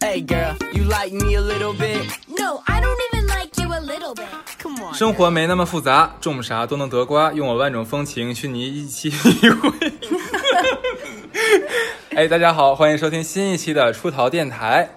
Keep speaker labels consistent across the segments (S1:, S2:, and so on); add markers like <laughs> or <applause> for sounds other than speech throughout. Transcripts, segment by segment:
S1: Hey girl, you like me a little bit?
S2: No, I don't even like you a little bit.
S3: 生活没那么复杂，种啥都能得瓜。用我万种风情，去你一期一会。 <laughs> 哎，大家好，欢迎收听新一期的出逃电台，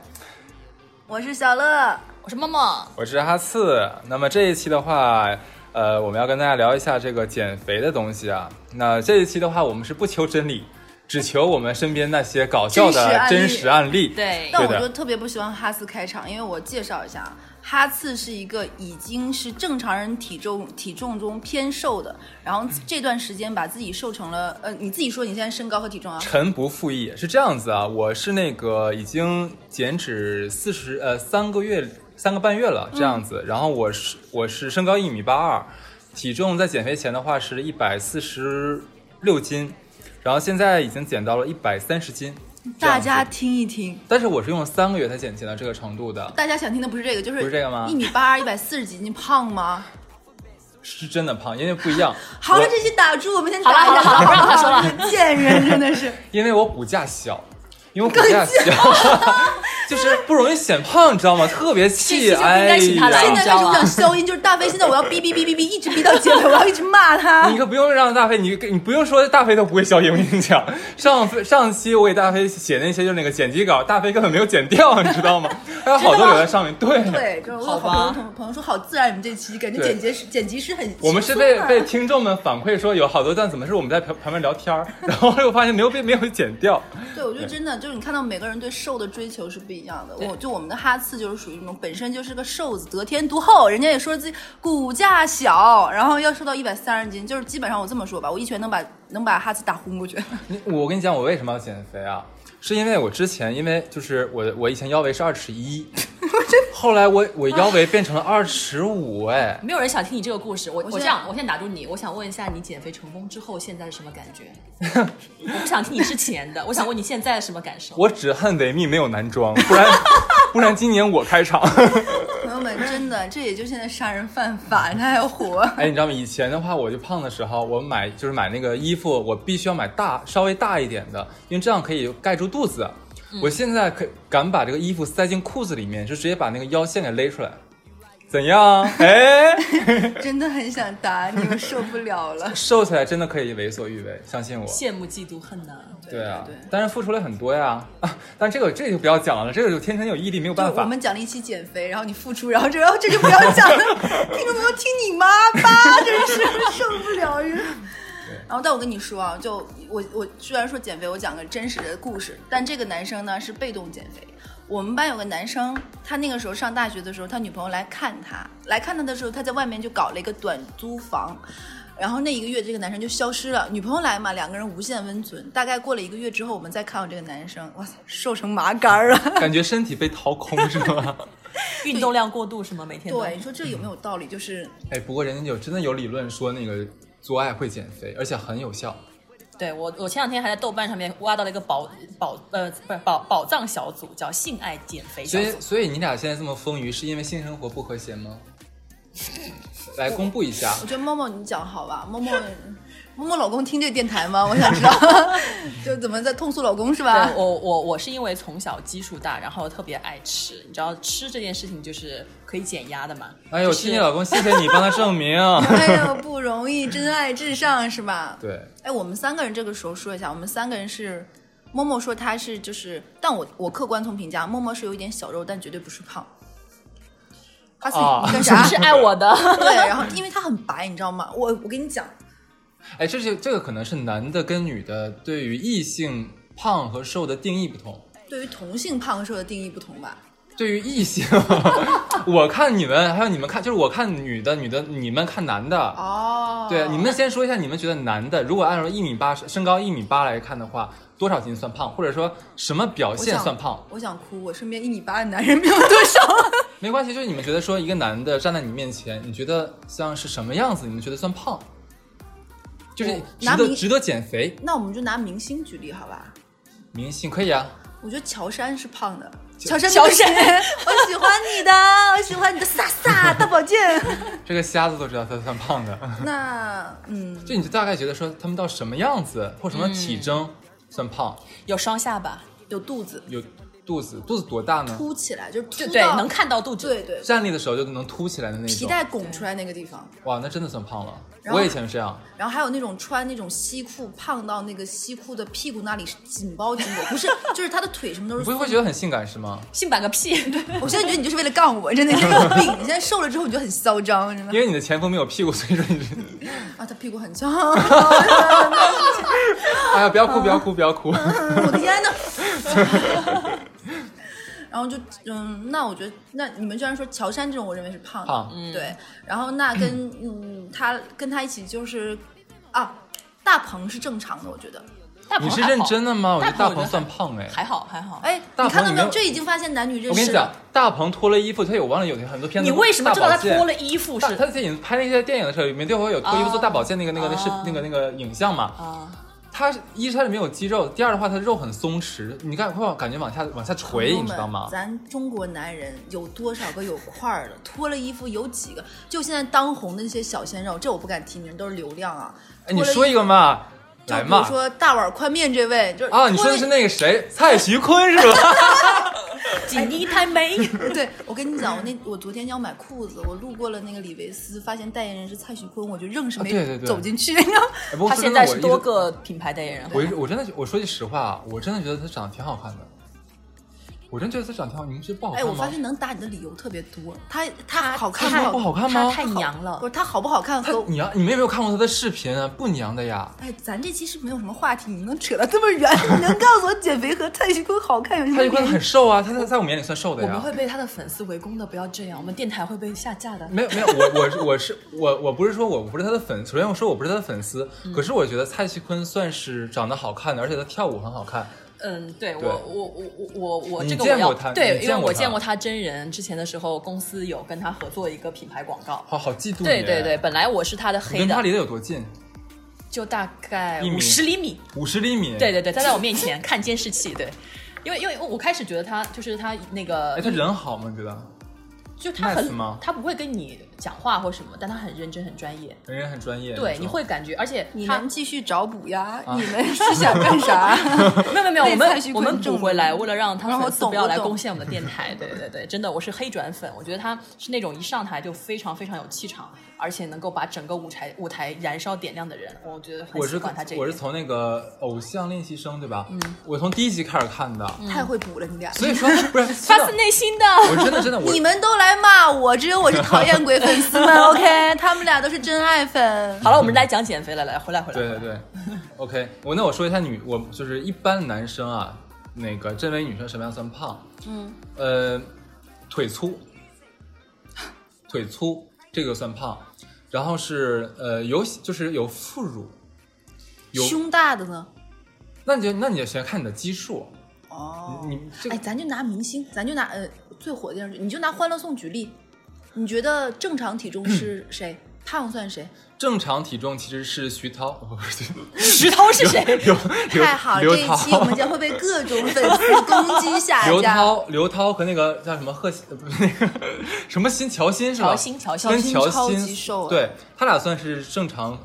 S4: 我是小乐，
S5: 我是默默，
S3: 我是哈刺。那么这一期的话，呃，我们要跟大家聊一下这个减肥的东西啊。那这一期的话，我们是不求真理，只求我们身边那些搞笑的真
S4: 真
S3: 实
S4: 实
S3: 案例。
S5: 对
S3: 对
S4: 但我
S3: 的
S4: 就特别不喜欢哈斯开场，因为我介绍一下，哈次是一个已经是正常人体重体重中偏瘦的，然后这段时间把自己瘦成了，呃，你自己说你现在身高和体重啊？
S3: <laughs> 臣不负义是这样子啊，我是那个已经减脂四十呃三个月三个半月了这样子，然后我是我是身高一米八二，体重在减肥前的话是一百四十六斤，然后现在已经减到了一百三十斤。这样
S4: 大
S3: 子
S4: 家，听一听，
S3: 但是我是用了三个月才减减到这个程度的，
S4: 大家想听的不是这个，就是
S3: 不是这个吗
S4: 一米八二，一百四十几斤，胖吗？
S3: 是真的胖，因为不一样。
S4: 好了，
S3: 我
S4: 这期打住，我们先
S5: 好了
S4: 打一打
S5: 好了好了不让他说了，
S4: 贱人真的是。
S3: 因为我骨架小，因为我骨架小， <laughs> 就是不容易显胖，你知道吗？特别气，
S5: 这期就不应
S3: 哎
S5: 该请他来
S4: 现
S3: 呀
S4: 在。开始我想消音，就是大飞。现在我要哔哔哔哔哔，一直哔到结尾，我要一直骂
S3: <laughs>
S4: 他
S3: 你。可不用让大飞，你你不用说大飞都不会消音，我跟你讲，上上期我给大飞写那些就是那个剪辑稿，大飞根本没有剪掉，你知道 <laughs> 吗？还有好多留在上面。对，
S4: 对，就是我有
S5: 好
S4: 好
S5: 吧
S4: 朋友朋友说好自然，你们这期感觉
S3: 嗯对
S4: 剪辑师剪辑师很
S3: 我们是
S4: 轻松
S3: 被
S4: 啊
S3: 被听众们反馈说有好多段怎么是我们在旁旁边聊天儿，然后又发现没有被没有剪掉。
S4: 对，我觉得真的就是你看到每个人对瘦的追求是不一样的。我就我们的哈次就是属于那种本身就是个瘦子，得天独厚，人家也说自己骨架小，然后要瘦到一百三十斤，就是基本上我这么说吧，我一拳能把能把哈次打昏
S3: <laughs>
S4: 过去。 <laughs>
S3: 你我跟你讲，我为什么要减肥啊？是因为我之前因为就是我我以前腰围是二尺 <laughs> 一，后来我我腰围变成了二十五，哎，
S5: 没有人想听你这个故事。我我
S4: 现在
S5: 这样，我现在打住你，我想问一下你减肥成功之后现在是什么感觉？我不想听你之前的，我想问你现在什么感受？
S3: 我只恨维密没有男装，不然 <laughs> 不然今年我开场。
S4: 朋友们，真的这也就现在杀人犯法，他还活。
S3: <laughs> 哎，你知道吗？以前的话，我就胖的时候，我买就是买那个衣服，我必须要买大稍微大一点的，因为这样可以盖住肚子。
S4: 嗯
S3: 我现在可敢把这个衣服塞进裤子里面，就直接把那个腰线给勒出来，怎样？哎，。
S4: 真的很想打你，我受不了了
S3: 瘦起来真的可以为所欲为，相信我。
S5: 羡慕嫉妒恨呐、
S3: 对啊
S4: 对对，
S3: 但是付出了很多呀啊！但这个这个就不要讲了，这个就天生有毅力，没有办
S4: 就我
S3: 法。
S4: 们讲了一期减肥，然后你付出，然后这然后这就不要
S3: <laughs>
S4: 讲了，听众朋友听你妈吧，真是受不了人。然后，但我跟你说啊，就我我虽然说减肥，我讲个真实的故事，但这个男生呢是被动减肥。我们班有个男生，他那个时候上大学的时候，他女朋友来看他，来看他的时候，他在外面就搞了一个短租房，然后那一个月这个男生就消失了。女朋友来嘛，两个人无限温存。大概过了一个月之后，我们再看到这个男生，哇塞，瘦成麻杆儿了。
S3: 感觉身体被掏空是吗？ <laughs>
S5: 运动量过度是吗？每天都
S4: 对，你说这有没有道理？就是
S3: 哎，不过人家有真的有理论说那个做爱会减肥，而且很有效。
S5: 对我，我前两天还在豆瓣上面挖到了一个宝宝呃不是宝宝藏小组，叫性爱减肥小
S3: 所以
S5: 组，。
S3: 所以你俩现在这么丰腴，是因为性生活不和谐
S4: <laughs>
S3: 吗？来公布一下，
S4: 我觉得默默你讲好吧，默默。默默老公听这电台吗？我想知道，就怎么在痛诉老公是吧
S5: 对？我我我是因为从小基数大，然后特别爱吃，你知道吃这件事情就是可以减压的嘛。
S3: 哎呦，
S5: 就是
S3: 替你老公，谢谢你帮他证
S4: <laughs>
S3: 明。
S4: <laughs> 哎呦，不容易，真爱至上是吧？
S3: 对，
S4: 哎，我们三个人这个时候说一下，我们三个人是，默默说他是就是，但我我客观从评价，默默是有一点小肉，但绝对不是胖。哈斯，
S3: 啊
S4: 你干
S5: 是不
S4: 啥？
S5: 是爱我的？
S4: <laughs> 对，然后因为他很白，你知道吗？我我跟你讲，
S3: 哎，这就这个可能是男的跟女的对于异性胖和瘦的定义不同。
S4: 对于同性胖瘦的定义不同吧？
S3: 对于异性， <laughs> 我看你们，还有你们看，就是我看女的，女的你们看男的。
S4: 哦，
S3: 对，你们先说一下，你们觉得男的如果按照一米八身高一米八来看的话，多少斤算胖，或者说什么表
S4: 我
S3: 现
S4: 想
S3: 算胖？
S4: 我想哭，我身边一米八的男人没有多
S3: <laughs>
S4: 少。
S3: 没关系，就是你们觉得说一个男的站在你面前，你觉得像是什么样子？你们觉得算胖？就是
S4: 我
S3: 值
S4: 拿
S3: 得
S4: 明
S3: 值得减肥，
S4: 那我们就拿明星举例好吧？
S3: 明星可以啊。
S4: 我觉得乔杉是胖的，乔杉，
S5: 乔杉，
S4: 我喜欢你的，我喜欢你的飒
S3: <laughs>
S4: 飒大保健。
S3: 这个瞎子都知道他算胖的，
S4: 那嗯，
S3: 就你就大概觉得说他们到什么样子或什么体征算胖？
S5: 有双下巴，
S4: 有肚子，
S3: 有肚子，肚子多大呢？
S4: 凸起来，就是凸
S5: 就
S4: 到
S5: 对，能看到肚
S4: 对
S5: 子，
S4: 对
S3: 站立的时候就能凸起来的那种。
S4: 皮带拱出来那个地方。
S3: 哇，那真的算胖了。
S4: 然后
S3: 我以前是这样，
S4: 然后还有那种穿那种西裤，胖到那个西裤的屁股那里是紧包紧裹，不是，就是他的腿什么都是
S3: 不
S4: 松
S3: 是
S4: 的。
S3: 会觉得很性感是
S4: <laughs>
S3: 吗？
S5: 性感个屁！
S4: 我现在觉得你就是为 <laughs> 了杠我，真的，你这有病。你现在瘦了之后你就很嚣张，真的
S3: 因。为你的前锋没有屁股，所以说你是，
S4: 啊，他屁股很翘。 <laughs> 我
S3: 哎呀，不要哭，不要哭，不要
S4: <laughs>
S3: 哭。
S4: 的天呐！ <laughs> 然后就嗯，那我觉得，那你们居然说乔杉这种，我认为是胖的，
S3: 胖
S4: 对。然后那
S3: <clears throat>
S4: 跟嗯，他跟他一起就是啊，大鹏是正常的，我觉得。
S5: <laughs> 大鹏
S3: 你是
S5: 还好
S3: 认真的吗？我觉得大
S5: 大
S3: 鹏
S5: 鹏
S3: 算胖哎。
S5: 还好还好。
S4: 哎，
S3: 大鹏
S4: 你看到
S3: 里
S4: 没有？
S3: 面
S4: 这已经发现男女认识。
S3: 我跟你讲，大鹏脱了衣服，他有忘了有很多片子。
S5: 你为什么知道他
S3: 大保健
S5: 脱了衣服
S3: 大他
S5: 是？
S3: 自己拍那些电影的时候，里面最后有脱衣服
S5: 哦
S3: 做大保健那个那个那是
S5: 哦
S3: 那个那个影像嘛？
S5: 啊，
S3: 他一是他里面有肌肉，第二的话他的肉很松弛，你看会往感觉往下往下
S4: 朋
S3: 垂，
S4: 友
S3: 你
S4: 们
S3: 知道吗？
S4: 咱中国男人有多少个有块儿的？脱了衣服有几个？就现在当红的那些小鲜肉，这我不敢提名，都是流量啊。
S3: 哎，你
S4: 脱了
S3: 说一个嘛，
S4: 就
S3: 来
S4: 比如
S3: 嘛。
S4: 说大碗宽面这位，就是
S3: 啊，你说的是那个谁，蔡徐坤
S5: <laughs>
S3: 是吧？哎
S5: 锦衣太美。
S4: 那？ <laughs> 对，我跟你讲，我那我昨天要买裤子，我路过了那个李维斯，发现代言人是蔡徐坤，我就愣是
S3: 啊
S4: 没
S3: 对对对
S4: 走进去。你知道吗
S3: 哎 <laughs> 不过
S5: 他
S3: 说真
S5: 现
S3: 的
S5: 在
S3: 我
S5: 是
S3: 一
S5: 多
S3: 直
S5: 个品牌代言人。
S3: 我一直我真的我说句实话啊，我真的觉得他长得挺好看的，我真觉得他长得挺好，你们觉得不好
S4: 哎，
S3: 看
S4: 我
S3: 吗
S4: 发？现能打你的理由特别多。他他好看
S3: 他
S4: 不
S3: 不
S4: 好
S3: 好看吗
S5: 他太娘了
S4: 不。是他好不好看
S3: 他
S4: 和
S3: 娘，你们有没有看过他的视频啊？不娘的呀！
S4: 哎，咱这期是没有什么话题，你能扯到这么远？ <laughs> 你能告诉我减肥和蔡徐坤好看有什么
S3: 蔡徐
S4: 联系？
S3: 坤很瘦啊，他在在我们眼里算瘦的
S5: 我
S3: 呀。
S5: 们会被他的粉丝围攻的，不要这样，我们电台会被下架的。
S3: 没有没有，我我是我是我我不是说我不是他的粉，首先我说我不是他的粉丝，
S5: 嗯
S3: 可是我觉得蔡徐坤算是长得好看的，而且他跳舞很好看。
S5: 嗯，对我
S3: 对
S5: 我我我我我
S3: 你
S5: 这个
S3: 见
S5: 我
S3: 过
S5: 要
S3: 他
S5: 对，
S3: 你
S5: 因
S3: 见
S5: 为
S3: 过
S5: 我
S3: 他
S5: 见过他真人，之前的时候公司有跟他合作一个品牌广告。
S3: 好好嫉妒你。哎
S5: 对对对，，本来我是他的
S3: 你
S5: 黑
S3: 跟他
S5: 的，
S3: 离得有多近？
S5: 就大概
S3: 一米
S5: 五十厘米。
S3: 五十厘米。
S5: 对对对，他在我面前看监视器，对。因为因为我开始觉得他就是他那个，
S3: 哎，他人好吗？你觉得？
S5: 就他
S3: nice
S5: 很
S3: 吗
S5: 他不会跟你讲话或什么，但他很认真很专业。
S3: 人人很专业。那
S5: 对，
S3: 种
S5: 你会感觉，而且
S4: 你
S5: 他
S4: 们继续找补呀！
S3: 啊
S4: 你们是想干啥？ <laughs>
S5: 没有没有没有，我
S4: 蔡
S5: 们
S4: 徐
S5: 我
S4: 坤
S5: 们
S4: 中
S5: 补回来，为了让他
S4: 让我
S5: 粉丝
S4: 懂
S5: 不要
S4: 我
S5: 来
S4: 懂
S5: 攻陷我们的电
S3: <laughs>
S5: 台。对对对，真的，我是黑转粉，我觉得他是那种一上台就非常非常有气场，而且能够把整个舞台舞台燃烧点亮的人，我觉得很
S3: 我
S5: 喜
S3: 是
S5: 欢他这一
S3: 我是
S5: 点。
S3: 从那个《偶像练习生》对吧？嗯，我从第一集开始看的，
S5: 嗯
S4: 太会补了，你俩。
S3: 所以说
S5: <laughs>
S3: 不是
S5: 发
S3: 真
S5: 自
S3: 的，
S5: 内心的，
S3: 我真的真
S5: <laughs>
S3: 的我
S4: 你们都来骂我，只有我是讨厌鬼粉丝们。OK，他 <laughs> 们俩都是真爱粉。
S5: 好了，我们来讲减肥了，来回来回来。
S3: 对对对，OK，我那我说一下女，我就是一般男生啊，那个认为女生什么样算胖？
S4: 嗯，
S3: 呃，腿粗，腿粗这个算胖，然后是呃有就是有副乳，有
S4: 胸大的呢？
S3: 那你就那你就先看你的基数，
S4: 哦，
S3: 你这个
S4: 哎，咱就拿明星，咱就拿呃最火的电视剧，你就拿《欢乐颂》举例，你觉得正常体重
S3: 嗯
S4: 是谁？胖算谁？
S3: 正常体重其实是徐涛， <laughs> 不是
S4: <laughs>
S5: 石头是谁？
S3: 刘刘
S4: 太好，
S3: 刘
S4: 这一
S3: 涛
S4: 期我们将会被各种粉丝攻击
S3: <laughs>
S4: 下
S3: 刘
S4: 架。
S3: 涛，刘涛和那个叫什么贺喜，呃不是那个什么新乔欣是吧？
S5: 乔欣乔欣
S3: 跟
S4: 乔欣
S3: 欣
S4: 超级瘦啊
S3: 对他俩算是正常，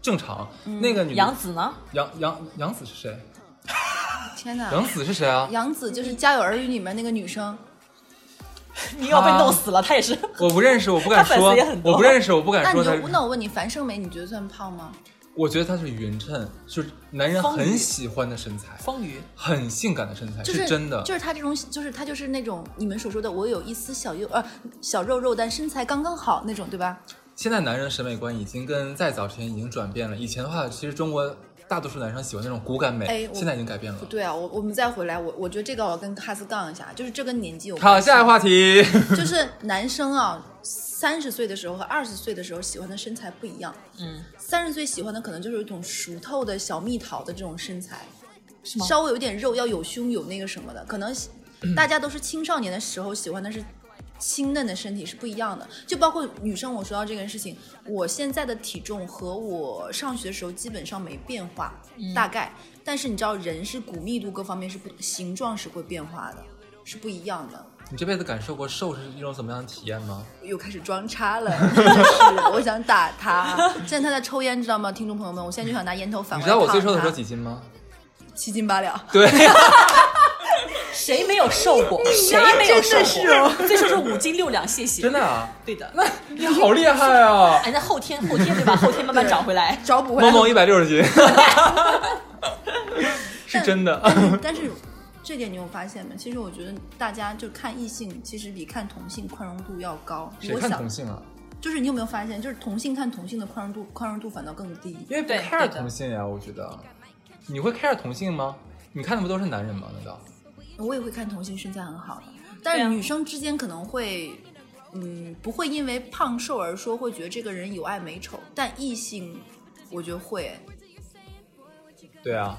S3: 正常。那个女的
S5: 嗯杨紫呢？
S3: 杨杨杨紫是谁？
S4: 天哪！
S3: 杨紫是谁啊？
S4: 杨紫就是《家有儿女》里面那个女生，
S5: 你要被弄死了，他也是。
S3: 我不认识，我不敢
S5: 她
S3: 说
S5: 粉丝也很，多
S3: 我不认识，我不
S4: 那
S3: 敢
S4: 你
S3: 哎说她
S4: 就那
S3: 是。
S4: 我问你，樊胜美你觉得算胖吗？
S3: 我觉得她是匀称，就是男人
S5: 风雨
S3: 很喜欢的身材，
S5: 风雨，
S3: 很性感的身材，
S4: 就是
S3: 真的。
S4: 就是她这种，就是她就是那种你们所说的我有一丝小肉呃小肉肉，但身材刚刚好那种，对吧？
S3: 现在男人审美观已经跟再早之前已经转变了。以前的话，其实中国大多数男生喜欢那种骨感美
S4: 哎，我
S3: 现在已经改变了
S4: 不。对啊，我我们再回来，我我觉得这个我要跟哈斯杠一下，就是这跟年纪有关。
S3: 好，下一个话题。
S4: <laughs> 就是男生啊，三十岁的时候和二十岁的时候喜欢的身材不一样。
S5: 嗯，
S4: 三十岁喜欢的可能就是一种熟透的小蜜桃的这种身材，
S5: 是吗嗯
S4: 稍微有点肉，要有胸有那个什么的。可能喜大家都是青少年的时候喜欢的是清嫩的身体是不一样的。就包括女生，我说到这件事情，我现在的体重和我上学的时候基本上没变化，
S5: 嗯
S4: 大概。但是你知道，人是骨密度各方面是不形状是会变化的，是不一样的。
S3: 你这辈子感受过瘦是一种怎么样的体验吗？
S4: 又开始装叉了， <laughs> 真的是，我想打他。现在他在抽烟，知道吗？听众朋友们，我现在就想拿烟头反
S3: 你
S4: 过
S3: 知
S4: 来
S3: 道我 <laughs>
S4: 烫
S3: 最瘦的时候
S4: 他
S3: 几斤吗？
S4: 七斤八两，
S3: 对，
S5: 谁没有瘦过？谁
S4: 呀
S5: 没有
S4: 真
S5: 瘦
S4: 的是哦
S5: 过？这就是五斤六两，谢谢。
S3: 真的啊，
S5: 对的。
S3: 那你好厉害啊！
S5: <laughs> 哎，那后天后天对吧？后天慢慢找回来。
S4: 找补回来
S3: 萌。萌一百六十斤，是 <laughs>
S4: 但
S3: 真的。
S4: 但是 <laughs> 但是这点你有发现吗？其实我觉得大家就看异性，其实比看同性宽容度要高。
S3: 谁
S4: 我
S3: 看
S4: 想
S3: 同性啊？
S4: 就是你有没有发现，就是同性看同性的宽容度宽容度反倒更低。
S3: 因为不
S5: 对
S3: care
S5: 对的
S3: 同性呀、我觉得。你会 care 同性吗？你看的不都是男人吗？难道？
S4: 我也会看同性身材很好的，但是
S5: 对啊
S4: 女生之间可能会，嗯，不会因为胖瘦而说会觉得这个人有爱没丑，但异性，我觉得会。
S3: 对啊，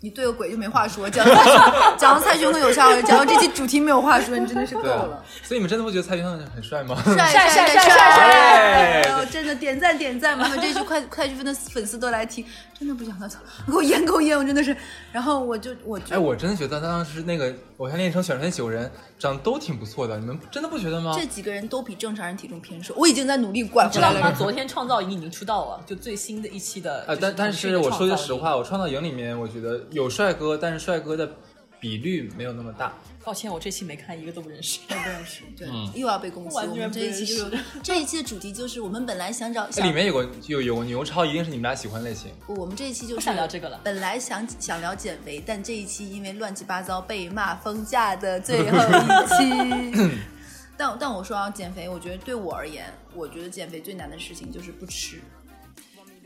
S4: 你对个鬼就没话说，讲到讲到蔡徐坤有啥？讲到这期主题没有话说，你真的是够
S3: 对啊
S4: 了。。
S3: 所以你们真的会觉得蔡徐坤很帅吗？
S4: 帅
S5: 啊晒
S4: 帅
S5: 晒晒
S4: 帅！
S3: 晒
S4: 哎呦真的点赞点赞，麻烦这句快快去分的粉丝都来听，真的不想到，给我咽给我咽，我真的是。然后我就我
S3: <laughs> 哎，
S4: 就
S3: 我真的觉得当时那个《偶像练习生》选出来九人，长得都挺不错的，你们真的不觉得吗
S4: 这？几个人都比正常人体重偏瘦，我已经在努力拐
S5: 知
S4: 回来
S5: 道
S4: 了。
S5: 吗？昨天创造营已经出道了，就最新的一期的。
S3: 呃，
S5: 就
S3: 但但
S5: 腾讯
S3: 是
S5: 的
S3: 我说句
S5: 创造
S3: 实
S5: 营，
S3: 话，我创造营里面，我觉得有帅哥，但是帅哥的比率没有那么大。
S5: 抱歉，我这期没看，一个都不认识。
S4: 我不认识，对，
S3: 嗯
S4: 又要被攻击。
S5: 完
S4: 我
S5: 全
S4: 们
S5: 不
S4: 这一期就是
S5: 认
S4: 这一期的主题就是我们本来想找
S3: 哎
S4: 想
S3: 里面有个有有个牛超，一定是你们俩喜欢类型。
S4: 不我们这一期就
S5: 不
S4: 是
S5: 想聊这个了
S4: 本来想想聊减肥，但这一期因为乱七八糟被骂封架的最后一
S5: <laughs>
S4: 期。但但我说啊，减肥，我觉得对我而言，我觉得减肥最难的事情就是不吃。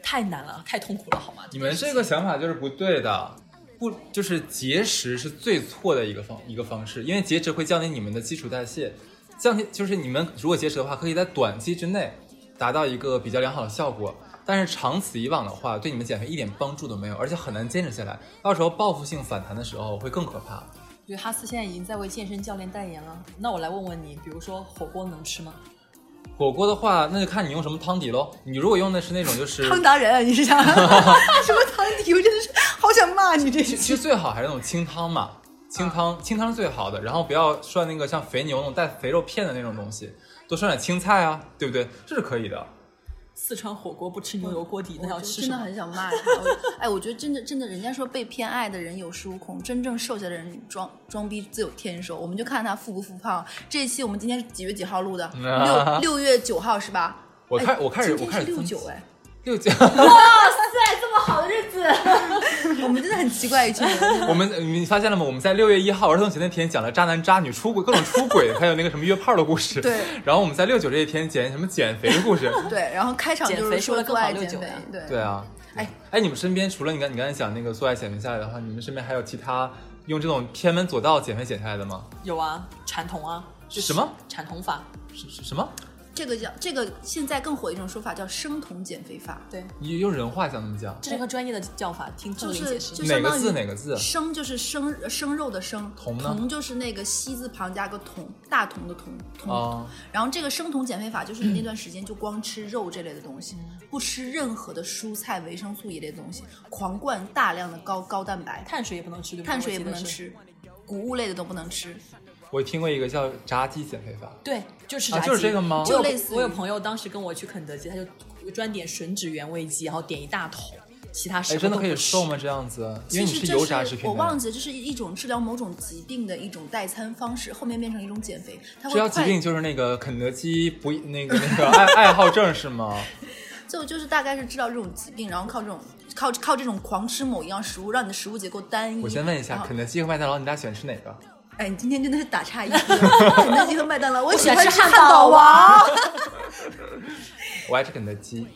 S5: 太难了，太痛苦了，好吗？
S3: 你们这个想法就是不对的，不就是节食是最错的一个方一个方式，因为节食会降低你们的基础代谢，降低就是你们如果节食的话，可以在短期之内达到一个比较良好的效果，但是长此以往的话，对你们减肥一点帮助都没有，而且很难坚持下来，到时候报复性反弹的时候会更可怕。
S5: 我觉得哈斯现在已经在为健身教练代言了。那我来问问你，比如说火锅能吃吗？
S3: 火锅的话，那就看你用什么汤底喽。你如果用的是那种就是，
S4: 汤达人啊，你是
S5: <laughs>
S4: 想 <laughs> 什么汤底？我真的是好想骂你这
S3: 其实最好还是那种清汤嘛，清
S4: 啊
S3: 汤清汤是最好的。然后不要涮那个像肥牛那种带肥肉片的那种东西，多涮点青菜啊，对不对？这是可以的。
S5: 四川火锅不吃牛油锅底，那要
S4: 我
S5: 吃
S4: 真
S5: 什
S4: 的
S5: 么？
S4: 很想骂他。我哎，我觉得真的真的，人家说被偏爱的人有恃无恐，真正瘦下的人装装逼自有天收。我们就看他复不复胖。这一期我们今天是几月几号录的？
S3: 嗯啊 <laughs>
S4: 六六月九号是吧？
S3: 我开
S4: 哎
S3: 我开始
S4: 今
S3: 我开始
S4: 天是六
S3: 增
S4: 九
S3: 肌
S4: 哎，
S3: 六
S4: <laughs>
S3: 九，
S4: 我们真的很奇怪一群人。
S3: 我们你发现了吗？我们在六月一号儿童节那天讲了渣男渣女出轨各种出轨，还有那个什么约炮的故事。
S4: 对。
S3: 然后我们在六九这一天讲什么减肥的故
S4: <laughs>
S3: 事。
S4: 对，然后开场就
S5: 减
S4: 是
S5: 肥说得更
S4: 做
S5: 好
S4: 爱
S5: 六
S4: 减
S5: 九
S4: 肥
S5: 呀，
S4: 对
S3: 对啊。
S4: 哎
S3: 哎，你们身边除了你刚你刚才讲那个做爱减肥下来的话，你们身边还有其他用这种偏门左道减肥减下来的吗？
S5: 有啊，缠童啊，就是
S3: 什么
S5: 缠童法？
S3: 是是什么？
S4: 这个叫这个现在更火一种说法叫生酮减肥法，
S5: 对，
S3: 你用人话讲怎么讲？
S5: 这是个专业的叫法，听
S4: 就
S5: 郑林
S4: 是
S5: 解释。
S4: 就
S3: 哪
S4: 相
S3: 个
S4: 当于
S3: 字哪个字啊
S4: 生就是生生肉的生，
S3: 酮呢
S4: 就是那个西字旁加个酮，大酮的酮，酮。
S3: 哦
S4: 然后这个生酮减肥法就是
S3: 嗯
S4: 你那段时间就光吃肉这类的东西，不吃任何的蔬菜、维生素一类的东西，狂灌大量的高高蛋白，
S5: 碳水也不能
S3: 嗯
S5: 吃，对不对？
S4: 碳水也
S5: 我
S4: 不
S5: 记得
S4: 能
S5: 是。
S4: 吃，谷物类的都不能吃。
S3: 我听过一个叫炸鸡减肥法，
S5: 对，就是
S3: 啊
S5: 炸鸡，
S3: 就是这个吗
S5: 我有
S4: 就类似于
S5: 我有朋友当时跟我去肯德基，他就专点吮指原味鸡，然后点一大桶，其他什
S3: 哎，
S5: 么
S3: 真的
S5: 都
S3: 可以
S5: 不吃
S3: 瘦？吗？这样子，因为你
S4: 其实这
S3: 油炸食品的，
S4: 我忘记了这是一种治疗某种疾病的一种代餐方式，后面变成一种减肥，它
S3: 治
S4: 会
S3: 疗疾
S4: 快
S3: 病就是那个肯德基不那个那个爱爱好症是
S4: <laughs>
S3: 吗？
S4: 就就是大概是治疗这种疾病，然后靠这种靠靠这种狂吃某一样食物，让你的食物结构单一。
S3: 我先问一下，
S4: 然后
S3: 肯德基和麦当劳，你俩喜欢吃哪个？
S4: 哎，你今天真的是打岔一个，
S3: <laughs>
S4: 肯德基和麦当劳，我喜欢
S5: 喜欢吃
S4: 汉
S5: 汉堡
S4: 王。
S3: 我爱吃肯德基，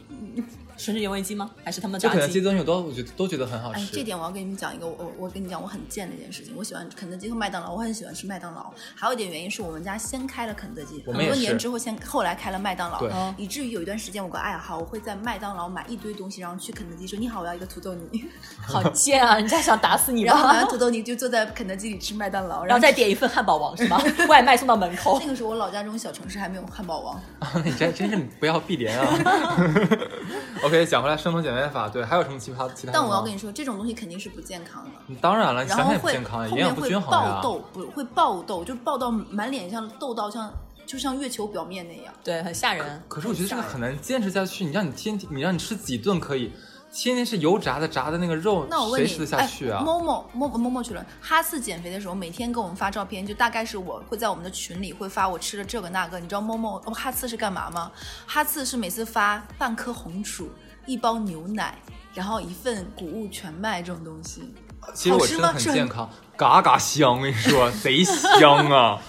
S5: 吮指原味鸡吗？还是他们
S3: 就
S5: 的
S3: 肯
S5: 炸
S3: 德基
S5: 鸡？
S3: 的东西我都我觉得都觉得很好
S4: 哎，这
S3: 吃。
S4: 点我要跟你们讲一个，我我我跟你讲，我很贱的一件事情。我喜欢肯德基和麦当劳，我很喜欢吃麦当劳。还有一点原因是我们家先开了肯德基，
S3: 我
S4: 很
S3: 们也
S4: 多年
S3: 是
S4: 之后先后来开了麦当劳
S3: 对，
S5: 哦
S4: 以至于有一段时间我有个爱好，我会在麦当劳买一堆东西，然后去肯德基说你好，我要一个土豆泥，
S5: 好贱啊！人家想打死你
S4: 然后买
S5: 吧
S4: 完？土豆泥就坐在肯德基里吃麦当劳，
S5: 然
S4: 然
S5: 后
S4: 后
S5: 再点一份汉堡王是
S4: <laughs>
S5: 吧？外卖送到门口
S4: 那。个时候我老家这种小城市还没有汉堡王。
S3: <laughs> 你真真是不要闭帘啊
S4: <laughs>
S3: ！OK，讲回来生酮减肥法，对，还有什么其他其他的吗？
S4: 但我要跟你说，这种东西肯定是不健康的。
S3: 你，当然了，你
S4: 然
S3: 想哎想
S4: 后
S3: 也不
S4: 会
S3: 健康，
S4: 后
S3: 营养
S4: 面
S3: 不
S4: 会
S3: 均衡呀
S4: 爆。痘，不会爆痘，就爆到满脸像痘到像就像月球表面那样。
S5: 对，很吓人。
S3: 可是我觉得这个很难坚持下去。你让你天天，你让你吃几顿可以，切那是油炸的，炸的那个肉
S4: 那我问
S3: 谁
S4: 你，
S3: 吃得下去啊
S4: 哎、？某某某某某去了，哈次减肥的时候，每天给我们发照片，就大概是我会在我们的群里会发我吃了这个那个。你知道某某、哦、哈次是干嘛吗？哈次是每次发半颗红薯、一包牛奶，然后一份谷物全麦这种东西。
S3: 其实我
S4: 哎好吃
S3: 吃的
S4: 吗
S3: 很
S4: 这
S3: 健康，嘎嘎香，我跟你
S4: <laughs>
S3: 说，贼香啊！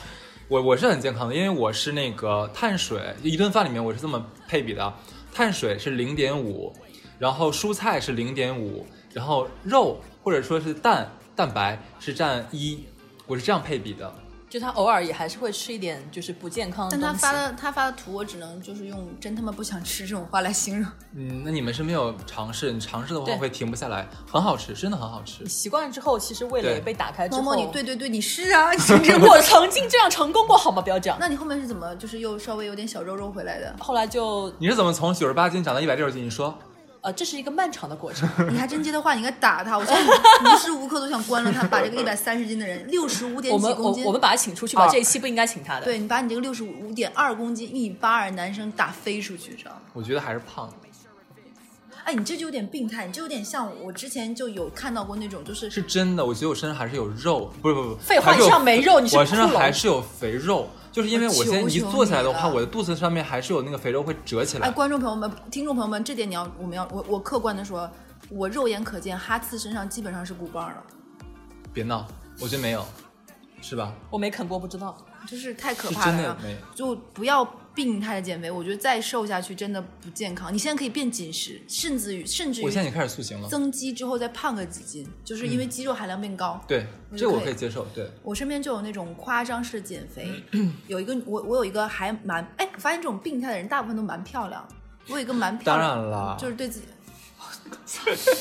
S3: 我我是很健康的，因为我是那个碳水，一顿饭里面我是这么配比的：啊碳水是零点五，然后蔬菜是零点五，然后肉或者说是蛋蛋白是占一，我是这样配比的。
S5: 就他偶尔也还是会吃一点就是不健康的
S4: 但
S5: 东西。
S4: 他发的他发的图，我只能就是用“真他妈不想吃”这种话来形容。
S3: 嗯，那你们是没有尝试，你尝试的话
S5: 对
S3: 会停不下来，很好吃，真的很好吃
S5: 你。习惯之后，其实味蕾
S3: 对
S5: 被打开之
S4: 某
S5: 后，
S4: 某，你
S5: <laughs>
S4: 对对对，你是啊，你
S3: <laughs>
S5: 这
S4: 这
S5: 我曾经这样成功过，好吗？不要讲。
S4: 那你后面是怎么就是又稍微有点小肉肉回来的？
S5: 后来就
S3: 你是怎么从九十八斤长到一百六十斤？你说
S5: 呃，这是一个漫长的过程。
S4: 你还真接的话，你应该打他！我现在无时无刻都想关了他，把这个一百三十斤的
S3: <laughs>
S4: 人，六十五点
S5: 我
S4: 几
S5: 们我
S4: 公斤，
S5: 我们把他请出去吧，
S3: 啊
S5: 这一期不应该请他的。
S4: 对你把你这个六十五点二公斤一米八二男生打飞出去，知道吗？
S3: 我觉得还是胖，
S4: 哎，你这就有点病态，你这有点像我我之前就有看到过那种，就是
S3: 是真的。我觉得我身上还是有肉，不是不是不是，
S5: 废话，
S3: 还是
S5: 你
S3: 有
S5: 身上没肉，你是
S3: 我身上
S5: 骷髅
S3: 还是有肥肉，就是因为
S4: 我
S3: 我现在
S4: 求
S3: 一
S4: 求
S3: 坐起来的
S4: 你
S3: 话，
S4: 了
S3: 我的肚子上面还是有那个肥肉会折起
S4: 哎，
S3: 来。
S4: 观众朋友们、听众朋友们，这点你要我们要我我客观的说，我肉眼可见哈次身上基本上是鼓棒了，
S3: 别闹，我觉得没有，是吧？
S5: 我没啃过，不知道。 <laughs>
S4: 就是太可
S3: 是
S4: 怕
S3: 真
S4: 了
S3: 的
S4: 啊。
S3: 没。
S4: 就不要病态的减肥，我觉得再瘦下去真的不健康。你现在可以变紧实，甚至于甚至于
S3: 我现在也开始塑形了。
S4: 增肌之后再胖个几斤，就是因为肌肉含量变高。
S3: 嗯对，
S4: 我
S3: 这
S4: 就
S3: 个我
S4: 嗯可以
S3: 可以接受。对，
S4: 我身边就有那种夸张式减肥，
S3: 嗯
S4: <clears throat> 有一个我我有一个还蛮哎，我发现这种病态的人大部分都蛮漂亮。我有一个蛮漂
S3: 当
S4: 亮，
S3: 然啦，
S4: 就是对
S3: <laughs>
S4: 自己。 <laughs>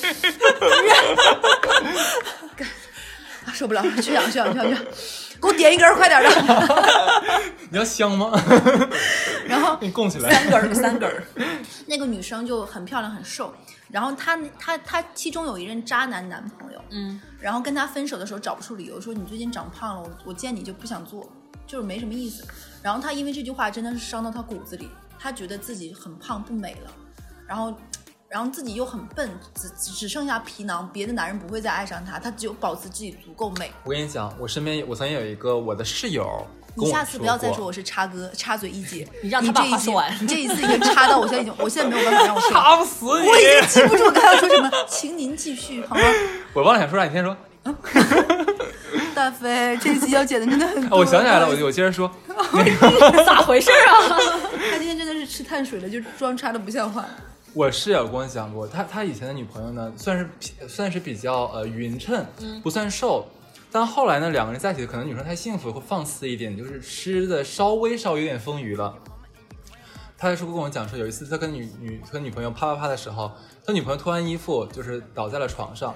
S4: 啊受不了，去养去养去啊养去养，给我点一根儿，快点儿的。 <laughs>
S3: 你要香吗？ <laughs>
S4: 然后
S3: 给你供起来。
S5: 三
S4: <laughs>
S5: 根儿，三根儿。
S4: 那个女生就很漂亮，很瘦。然后她她她其中有一任渣男男朋友，
S5: 嗯，
S4: 然后跟她分手的时候找不出理由，说你最近长胖了，我我见你就不想做，就是没什么意思。然后她因为这句话真的是伤到她骨子里，她觉得自己很胖不美了，然后。然后自己又很笨，只只只剩下皮囊，别的男人不会再爱上她，她只有保持自己足够美。
S3: 我跟你讲，我身边有我曾经有一个我的室友跟
S4: 你
S3: 我
S4: 下次不要再
S3: 过
S4: 说我是插歌插嘴一姐，
S5: 你让
S4: 你
S5: 她把
S4: 这一
S5: 话
S4: 句
S5: 说完
S4: 你这一次已经插到我现在已经，我现在没有办法让我说了。
S3: 打不啊死你！
S4: 我已经记不住我刚才要说什么，请您继续好吗？ <laughs>
S3: 我忘了想说啥，你先说。
S4: 大飞，这一集要剪的真的
S3: <laughs>
S4: 很
S3: 哦，
S4: 多。
S3: 我想起来了，我我接着说，
S5: 咋回事啊？ <laughs>
S4: 他今天真的是吃碳水了，就装叉的不像话。
S3: 我室友跟我讲过，他他以前的女朋友呢，算是比算是比较呃匀称，不算瘦。但后来呢，两个人在一起，可能女生太幸福会放肆一点，就是吃的稍微稍微有点丰腴了。他是跟我讲说，有一次他跟女女和女朋友啪啪啪的时候，他女朋友脱完衣服就是倒在了床上，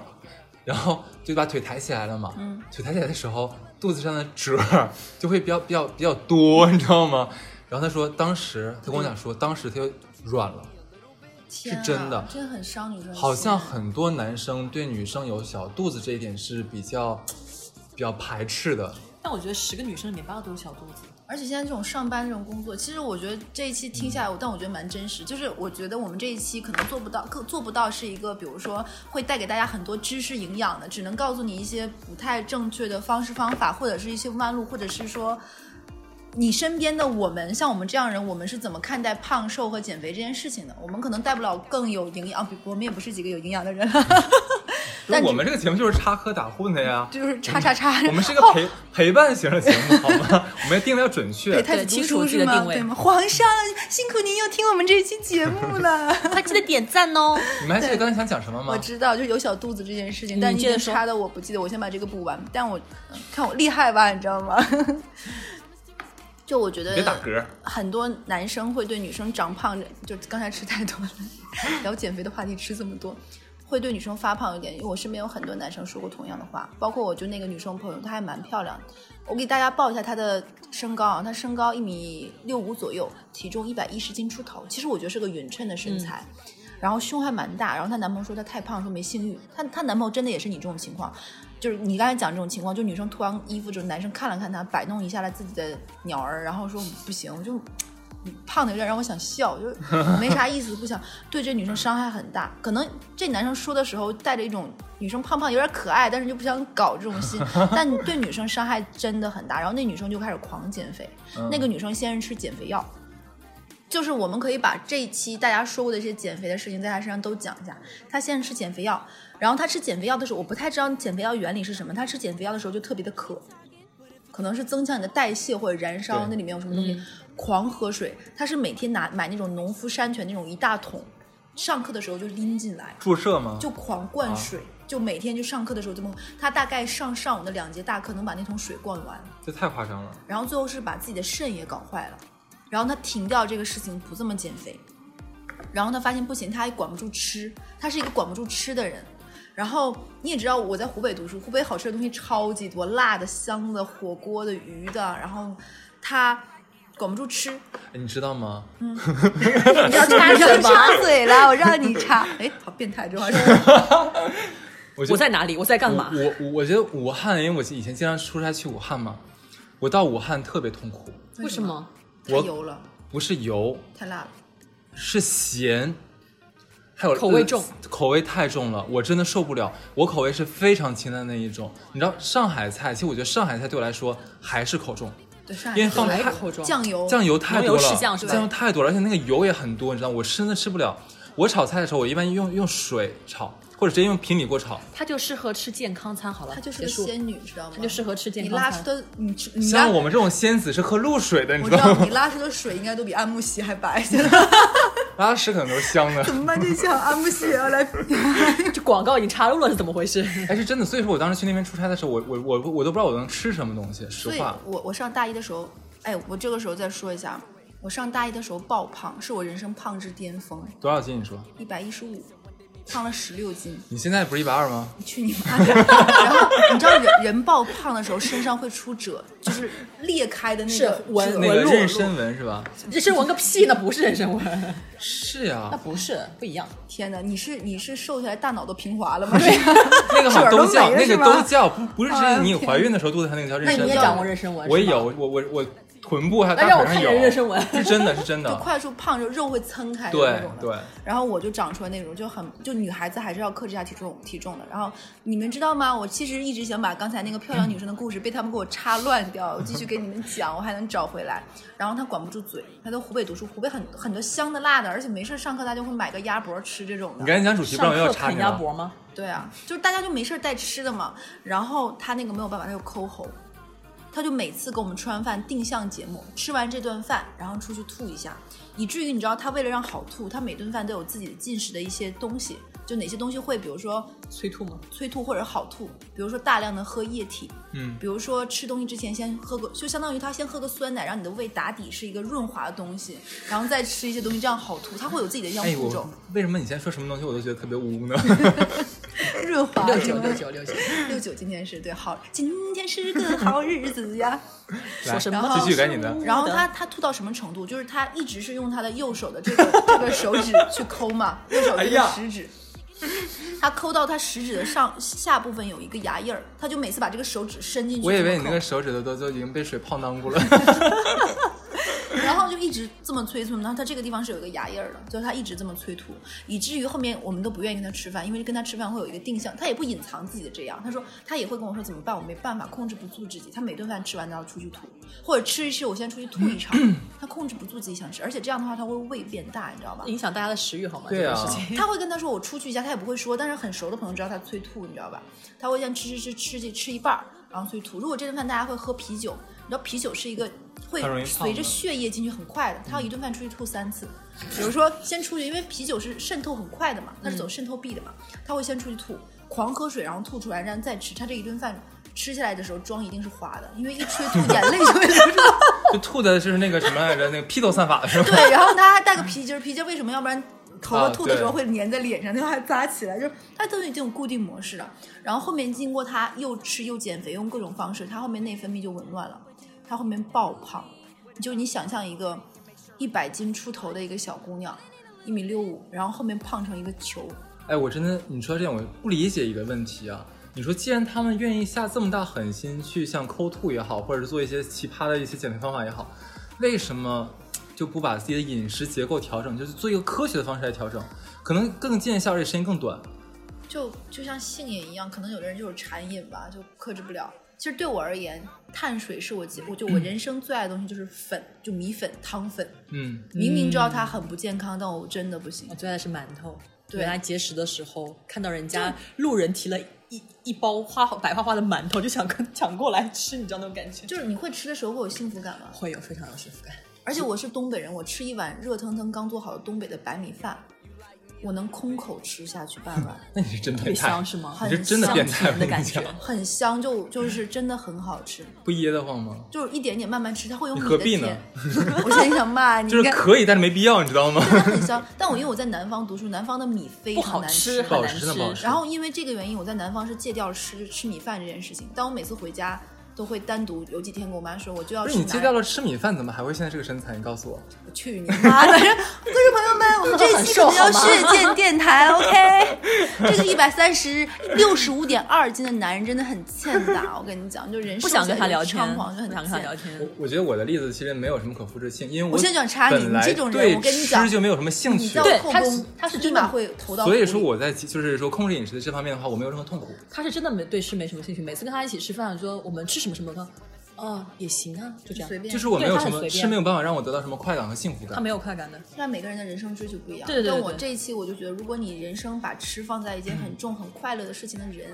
S3: 然后就把腿抬起来了嘛。腿抬起来的时候，肚子上的褶儿 <laughs> 就会比较比较比较多，你知道吗？然后他说，当时他跟我讲说，当时他就软了。
S4: 天啊
S3: 是真的
S4: 真的很伤女生的心。
S3: 好像很多男生对女生有小肚子这一点是比较比较排斥的。
S5: 但我觉得十个女生里面八个都是小肚子。
S4: 而且现在这种上班这种工作，其实我觉得这一期听
S3: 嗯
S4: 下来，我但我觉得蛮真实。就是我觉得我们这一期可能做不到，更做不到是一个，比如说会带给大家很多知识营养的，只能告诉你一些不太正确的方式方法，或者是一些弯路，或者是说你身边的我们，像我们这样人，我们是怎么看待胖瘦和减肥这件事情的？我们可能带不了更有营养，啊比我们也不是几个有营养的人， <laughs> 但
S3: 我们这个节目就是插科打诨的
S4: <laughs>
S3: 呀，
S4: 就是叉叉叉。
S3: 我们是一个陪、陪伴型的节目，好吗？我们要定的要准
S4: 给
S3: 确。
S4: 太子
S5: 对
S4: 读
S5: 清楚
S4: 书
S5: 自
S4: 是
S5: 己的
S4: 吗？
S5: 定位
S4: 对吗？皇上，辛苦您又听我们这一期节目了。 <laughs>
S5: 快记得点赞哦！
S3: 你们还记得刚才想讲什么
S4: 我
S3: 吗？
S4: 知道，就有小肚子这件事情，
S5: 你
S4: 但你
S5: 接着
S4: 经
S5: 说
S4: 插的我不记得，我先把这个补完。但我嗯看我厉害吧，你知道吗？ <laughs> 就我觉得
S3: 别打嗝，
S4: 很多男生会对女生长胖， <laughs> 就刚才吃太多了，聊减肥的话题吃这么多，会对女生发胖一点。因为我身边有很多男生说过同样的话，包括我就那个女生朋友，她还蛮漂亮的。我给大家报一下她的身高啊，她身高一米六五左右，体重一百一十斤出头，其实我觉得是个匀称的身材。然后胸还蛮大，然后她男朋友说她太胖，说没性欲。她她男朋友真的也是你这种情况，就是你刚才讲这种情况，就女生脱完衣服之后，男生看了看她，摆弄一下她自己的鸟儿，然后说不行，我就胖的有点让我想笑，就是没啥意思，不想对这女生伤害很大。可能这男生说的时候带着一种女生胖胖有点可爱，但是就不想搞这种心，但你对女生伤害真的很大。然后那女生就开始狂减肥，那个女生先是吃减肥药。就是我们可以把这一期大家说过的这些减肥的事情，在他身上都讲一下。他现在吃减肥药，然后他吃减肥药的时候，我不太知道减肥药原理是什么。他吃减肥药的时候就特别的渴，可能是增强你的代谢或者燃烧，
S3: 对
S4: 那里面有什么东西，狂喝水。他是每天拿买那种农夫山泉那种一大桶，上课的时候就拎进来，
S3: 注射吗？
S4: 就狂灌水，就每天就上课的时候这么。他大概上上午的两节大课能把那桶水灌完。
S3: 这太夸张了。
S4: 然后最后是把自己的肾也搞坏了，然后他停掉这个事情，不这么减肥，然后他发现不行，他还管不住吃，他是一个管不住吃的人。然后你也知道我在湖北读书，湖北好吃的东西超级多，辣的、香的、火锅的、鱼的，然后他管不住吃，
S3: 哎你知道吗？
S4: 你要插嘴吗？插嘴了，我让你插。哎，好变态，这话说。
S3: 我觉得
S5: 我在哪里？我在干嘛？
S3: 我我我觉得武汉，因为我以前经常出差去武汉嘛，我到武汉特别痛苦，
S5: 为什么？
S3: <laughs>
S4: 太
S3: 我
S4: 油了，
S3: 不是油，
S4: 太辣了。
S3: 是咸，还有
S5: 口味重
S3: 呃口味太重了，我真的受不了。我口味是非常清淡的那一种，你知道上海菜，其实我觉得上海菜对我来说还是口重，
S4: 对，啊上海
S3: 因为
S4: 菜
S3: 放
S5: 来
S3: 太
S5: 口中
S4: 酱油，
S3: 酱油太多了，
S5: 浓油赤酱是吧
S3: 油太多了，而且那个油也很多，你知道，我真的吃不了。我炒菜的时候，我一般用用水炒，或者直接用平底锅炒。
S5: 他就适合吃健康餐好了。
S4: 她就是
S5: 结
S4: 个
S5: 束。
S4: 仙女，知道吗？
S5: 她就适合吃健
S4: 你
S5: 康
S4: 拉
S5: 餐
S4: 出的，你吃你拉
S3: 像我们这种仙子是喝露水的，你
S4: 我
S3: 知
S4: 知
S3: 道
S4: 道
S3: 吗
S4: 你？拉出的水应该都比安慕希还白，现在
S3: 拉屎可能都是香的。
S4: <laughs> 怎么办？这期好安慕希也要 <laughs> 来，
S5: <laughs> 这广告已经插入了，是怎么回 <laughs> 事？
S3: 哎，是真的。所以说我当时去那边出差的时候，我我我我都不知道我能吃什么东西。实
S4: 所以
S3: 话，
S4: 我我上大一的时候，哎，我这个时候再说一下，我上大一的时候爆胖，是我人生胖至巅峰，
S3: 多少斤？你说
S4: 一百一十五，胖了十六斤，
S3: 你现在不是一百二吗？
S4: 你去你妈的！然后你知道人人爆胖的时候身上会出褶，就是裂开的那
S5: 是
S4: 个
S5: 纹
S4: 褶
S3: 那个
S5: 裸
S3: 妊娠纹是吧？
S5: 人参纹个屁呢？不是人参纹，
S3: 是啊呀、
S5: <laughs> 那不是不一样。
S4: 天哪，你是你是瘦下来大脑都平滑了吗？ <laughs>
S5: 啊
S3: 那个好像
S4: 褶儿都
S3: 都叫
S4: 没了
S3: 那个
S4: 是吧
S3: 都叫，不不是只
S4: 哎
S3: 有
S4: 呦
S3: 你有
S4: 天
S3: 怀孕的时候肚子上那个叫妊娠
S5: 那
S3: 纹。
S5: 你也长过妊娠纹？
S3: 我
S5: 是
S3: 也
S5: 吗
S3: 有，我我我我臀部还有
S5: 那
S3: 大
S5: 让我
S3: 腿上
S5: 看
S3: 有
S5: 见妊娠纹
S3: 是真的是
S5: <laughs>
S3: 真
S4: 就
S3: 的。
S4: 快速胖就肉会撑开的那
S3: 对
S4: 种的。
S3: 对，
S4: 然后我就长出来那种，就很就女孩子还是要克制一下体重体重的。然后你们知道吗？我其实一直想把刚才那个漂亮女生的故事被他们给我插乱掉，
S3: <laughs>
S4: 我继续给你们讲，我还能找回来。然后她管不住嘴，她在湖北读书，湖北很很多香的辣的，而且没事上课她就会买个鸭脖吃这种
S3: 你
S4: 的。
S3: 赶紧讲主题，不然
S5: 上
S3: 我要
S5: 课
S3: 插
S5: 啃
S3: 你
S5: 鸭
S3: 了。
S5: 脖吗？
S4: 对啊，就是大家就没事带吃的嘛。然后她那个没有办法，她就抠喉。她就每次给我们吃完饭定向节目，吃完这顿饭，然后出去吐一下，以至于你知道她为了让好吐，她每顿饭都有自己的进食的一些东西，就哪些东西会，比如说
S5: 催吐吗？
S4: 催吐或者好吐，比如说大量的喝液体，
S3: 嗯，
S4: 比如说吃东西之前先喝个，就相当于他先喝个酸奶，让你的胃打底是一个润滑的东西，然后再吃一些东西，这样好吐，它会有自己的一样
S3: 哎，
S4: 步骤
S3: 我，为什么你现在说什么东西我都觉得特别污
S5: <laughs>
S3: 呢？
S4: 润滑
S5: 六
S4: 什
S5: 九
S4: 么
S5: 六九六九，
S4: 六九今天是对好，今天是个好日
S3: <laughs>
S4: 子呀。
S5: 说什
S4: 然
S5: 么？
S4: 后
S3: 继续赶紧
S5: <laughs>
S3: 嗯的
S4: 然后他他吐到什么程度？就是他一直是用他的右手的这个这个手指去抠嘛，右手这
S3: 哎
S4: 个
S3: 呀
S4: 食指。他抠到他食指的上下部分有一个牙印儿，他就每次把这个手指伸进去
S3: 我
S4: 这
S3: 以
S4: 么抠，
S3: 为你那个手指头都都已经被水泡裆过了。 <laughs>
S4: <laughs> 然后就一直这么催吐，然后他这个地方是有一个牙印儿的，就是他一直这么催吐，以至于后面我们都不愿意跟他吃饭，因为跟他吃饭会有一个定向，他也不隐藏自己的这样，他说他也会跟我说怎么办，我没办法控制不住自己，他每顿饭吃完都要出去吐，或者吃一吃我先出去吐一场，他控制不住自己想吃，而且这样的话他会胃变大，你知道吧？
S5: <laughs> 影响大家的食欲好吗？
S3: 对啊
S5: 这个事情。
S4: 他会跟他说我出去一下，他也不会说，但是很熟的朋友知道他催吐，你知道吧？他会先吃吃吃吃去吃一半儿，然后催吐。如果这顿饭大家会喝啤酒，你知道啤酒是一个会
S3: 很容易胖
S4: 随
S3: 的
S4: 着
S3: 嗯
S4: 血液进去很快的，他要一顿饭出去吐三次。比如说先出去，因为啤酒是渗透很快的嘛，它
S3: 嗯
S4: 是走渗透壁的嘛，他会先出去吐，狂喝水，然后吐出来，然后再吃。他这一顿饭吃下来的时候妆一定是花的，因为一吹吐眼泪就会流出来。
S3: 就吐的就是那个什么来着，那个披头散发的是 <laughs> 吧？
S4: 对，然后他还带个皮筋儿，皮筋儿为什么？要不然头发
S3: 啊
S4: 吐的时候
S3: 对
S4: 会粘在脸上，那后还扎起来，就是 <laughs> 他都有这种固定模式了。然后后面经过他又吃又减肥，用各种方式，他后面内分泌就紊乱了，他后面爆胖。就你想象一个一百斤出头的一个小姑娘，一米六五，然后后面胖成一个球，
S3: 哎，我真的，你说这样，我不理解一个问题啊。你说，既然他们愿意下这么大狠心去像抠吐也好，或者是做一些奇葩的一些减肥方法也好，为什么就不把自己的饮食结构调整，就是做一个科学的方式来调整，可能更见效，而且时间更短。
S4: 就就像性瘾一样，可能有的人就是馋瘾吧，就克制不了。其实对我而言，碳水是我我就我人生最爱的东西就是粉，就米粉、汤粉。
S3: 嗯，哦
S4: 明明知道它很不健康，但我真的不行
S5: 我。最爱的是馒头。
S4: 对
S5: 原来节食的时候看到人家路人提了一一包花白花花的馒头，就想跟抢过来吃，你知道那种感觉，就
S4: 就是你会吃的时候会有幸福感吗？
S5: 会有非常有幸福感。
S4: 而且我是东北人，我吃一碗热腾腾刚做好的东北的白米饭，我能空口吃下去半碗，
S3: 那你是真
S5: 特别
S3: 变态
S5: 香，是吗？
S3: 你是真的
S5: 香
S3: 变态，
S5: 甜的感觉
S3: 我跟你讲
S4: 很香，就就是真的很好吃，
S3: 不噎得慌吗？
S4: 就是一点点慢慢吃，它会有
S3: 你
S4: 米
S3: 何
S4: 哦的
S3: 必
S4: 甜。
S3: 呢
S4: 我现在想骂你，
S3: 就
S4: 应
S3: 是
S4: 该
S3: 可以，但是没必要，你知道吗？
S4: 真的很香。 <laughs> 但我因为我在南方读书，南方的米非
S5: 不
S4: 常
S5: 好
S4: 难
S5: 吃，
S3: 不好
S5: 很难
S3: 吃真的不好吃
S4: 然后因为这个原因，我在南方是戒掉了吃吃米饭这件事情。但我每次回家都会单独有几天跟我妈说，我就要
S3: 不
S4: 吃
S3: 是你
S4: 南
S3: 戒掉了吃米饭，怎么还会现在这个身材？你告诉我，
S4: 我去你妈的！观众朋友们，我们这期可能
S5: <laughs>
S4: 要血溅电台，OK？这个一百三十六十五点二斤的男人真的很欠打，我跟你讲，就人
S5: 不
S4: 瘦
S5: 想
S4: 起来
S5: 跟他
S4: 就
S5: 聊
S4: 很
S5: 天，
S4: 猖狂就很
S5: 不想跟他
S4: 贱
S5: 聊天
S3: 我。我觉得我的例子其实没有什么可复制性，因为
S4: 我现在就想插你
S3: 本来
S4: 你这种人
S3: 对
S4: 我跟你讲
S3: 吃就没有什么兴
S4: 你
S3: 趣
S4: 在，
S5: 对
S4: 我后
S5: 他是
S4: 宫，
S5: 他是
S4: 立
S5: 真的
S4: 马会投到湖
S3: 所
S4: 里。
S3: 以说我在就是说控制饮食的这方面的话，我没有任何痛苦。
S5: 他是真的没对吃没什么兴趣，每次跟他一起吃饭，我说我们吃什么什么，他哦也行啊，就这
S4: 随
S5: 样，
S4: 便，
S3: 就是我没有
S5: 对他
S3: 什
S5: 很
S3: 么
S5: 随便
S3: 吃没有办法让我得到什么快感和幸福
S5: 他
S3: 感。
S5: 没有快感的。
S4: 那每个人的人生追求不一样。
S5: 对对对
S4: 但我
S5: 对
S4: 这一期我就觉得，如果你人生把吃放在一件很重、很快乐的事情的人，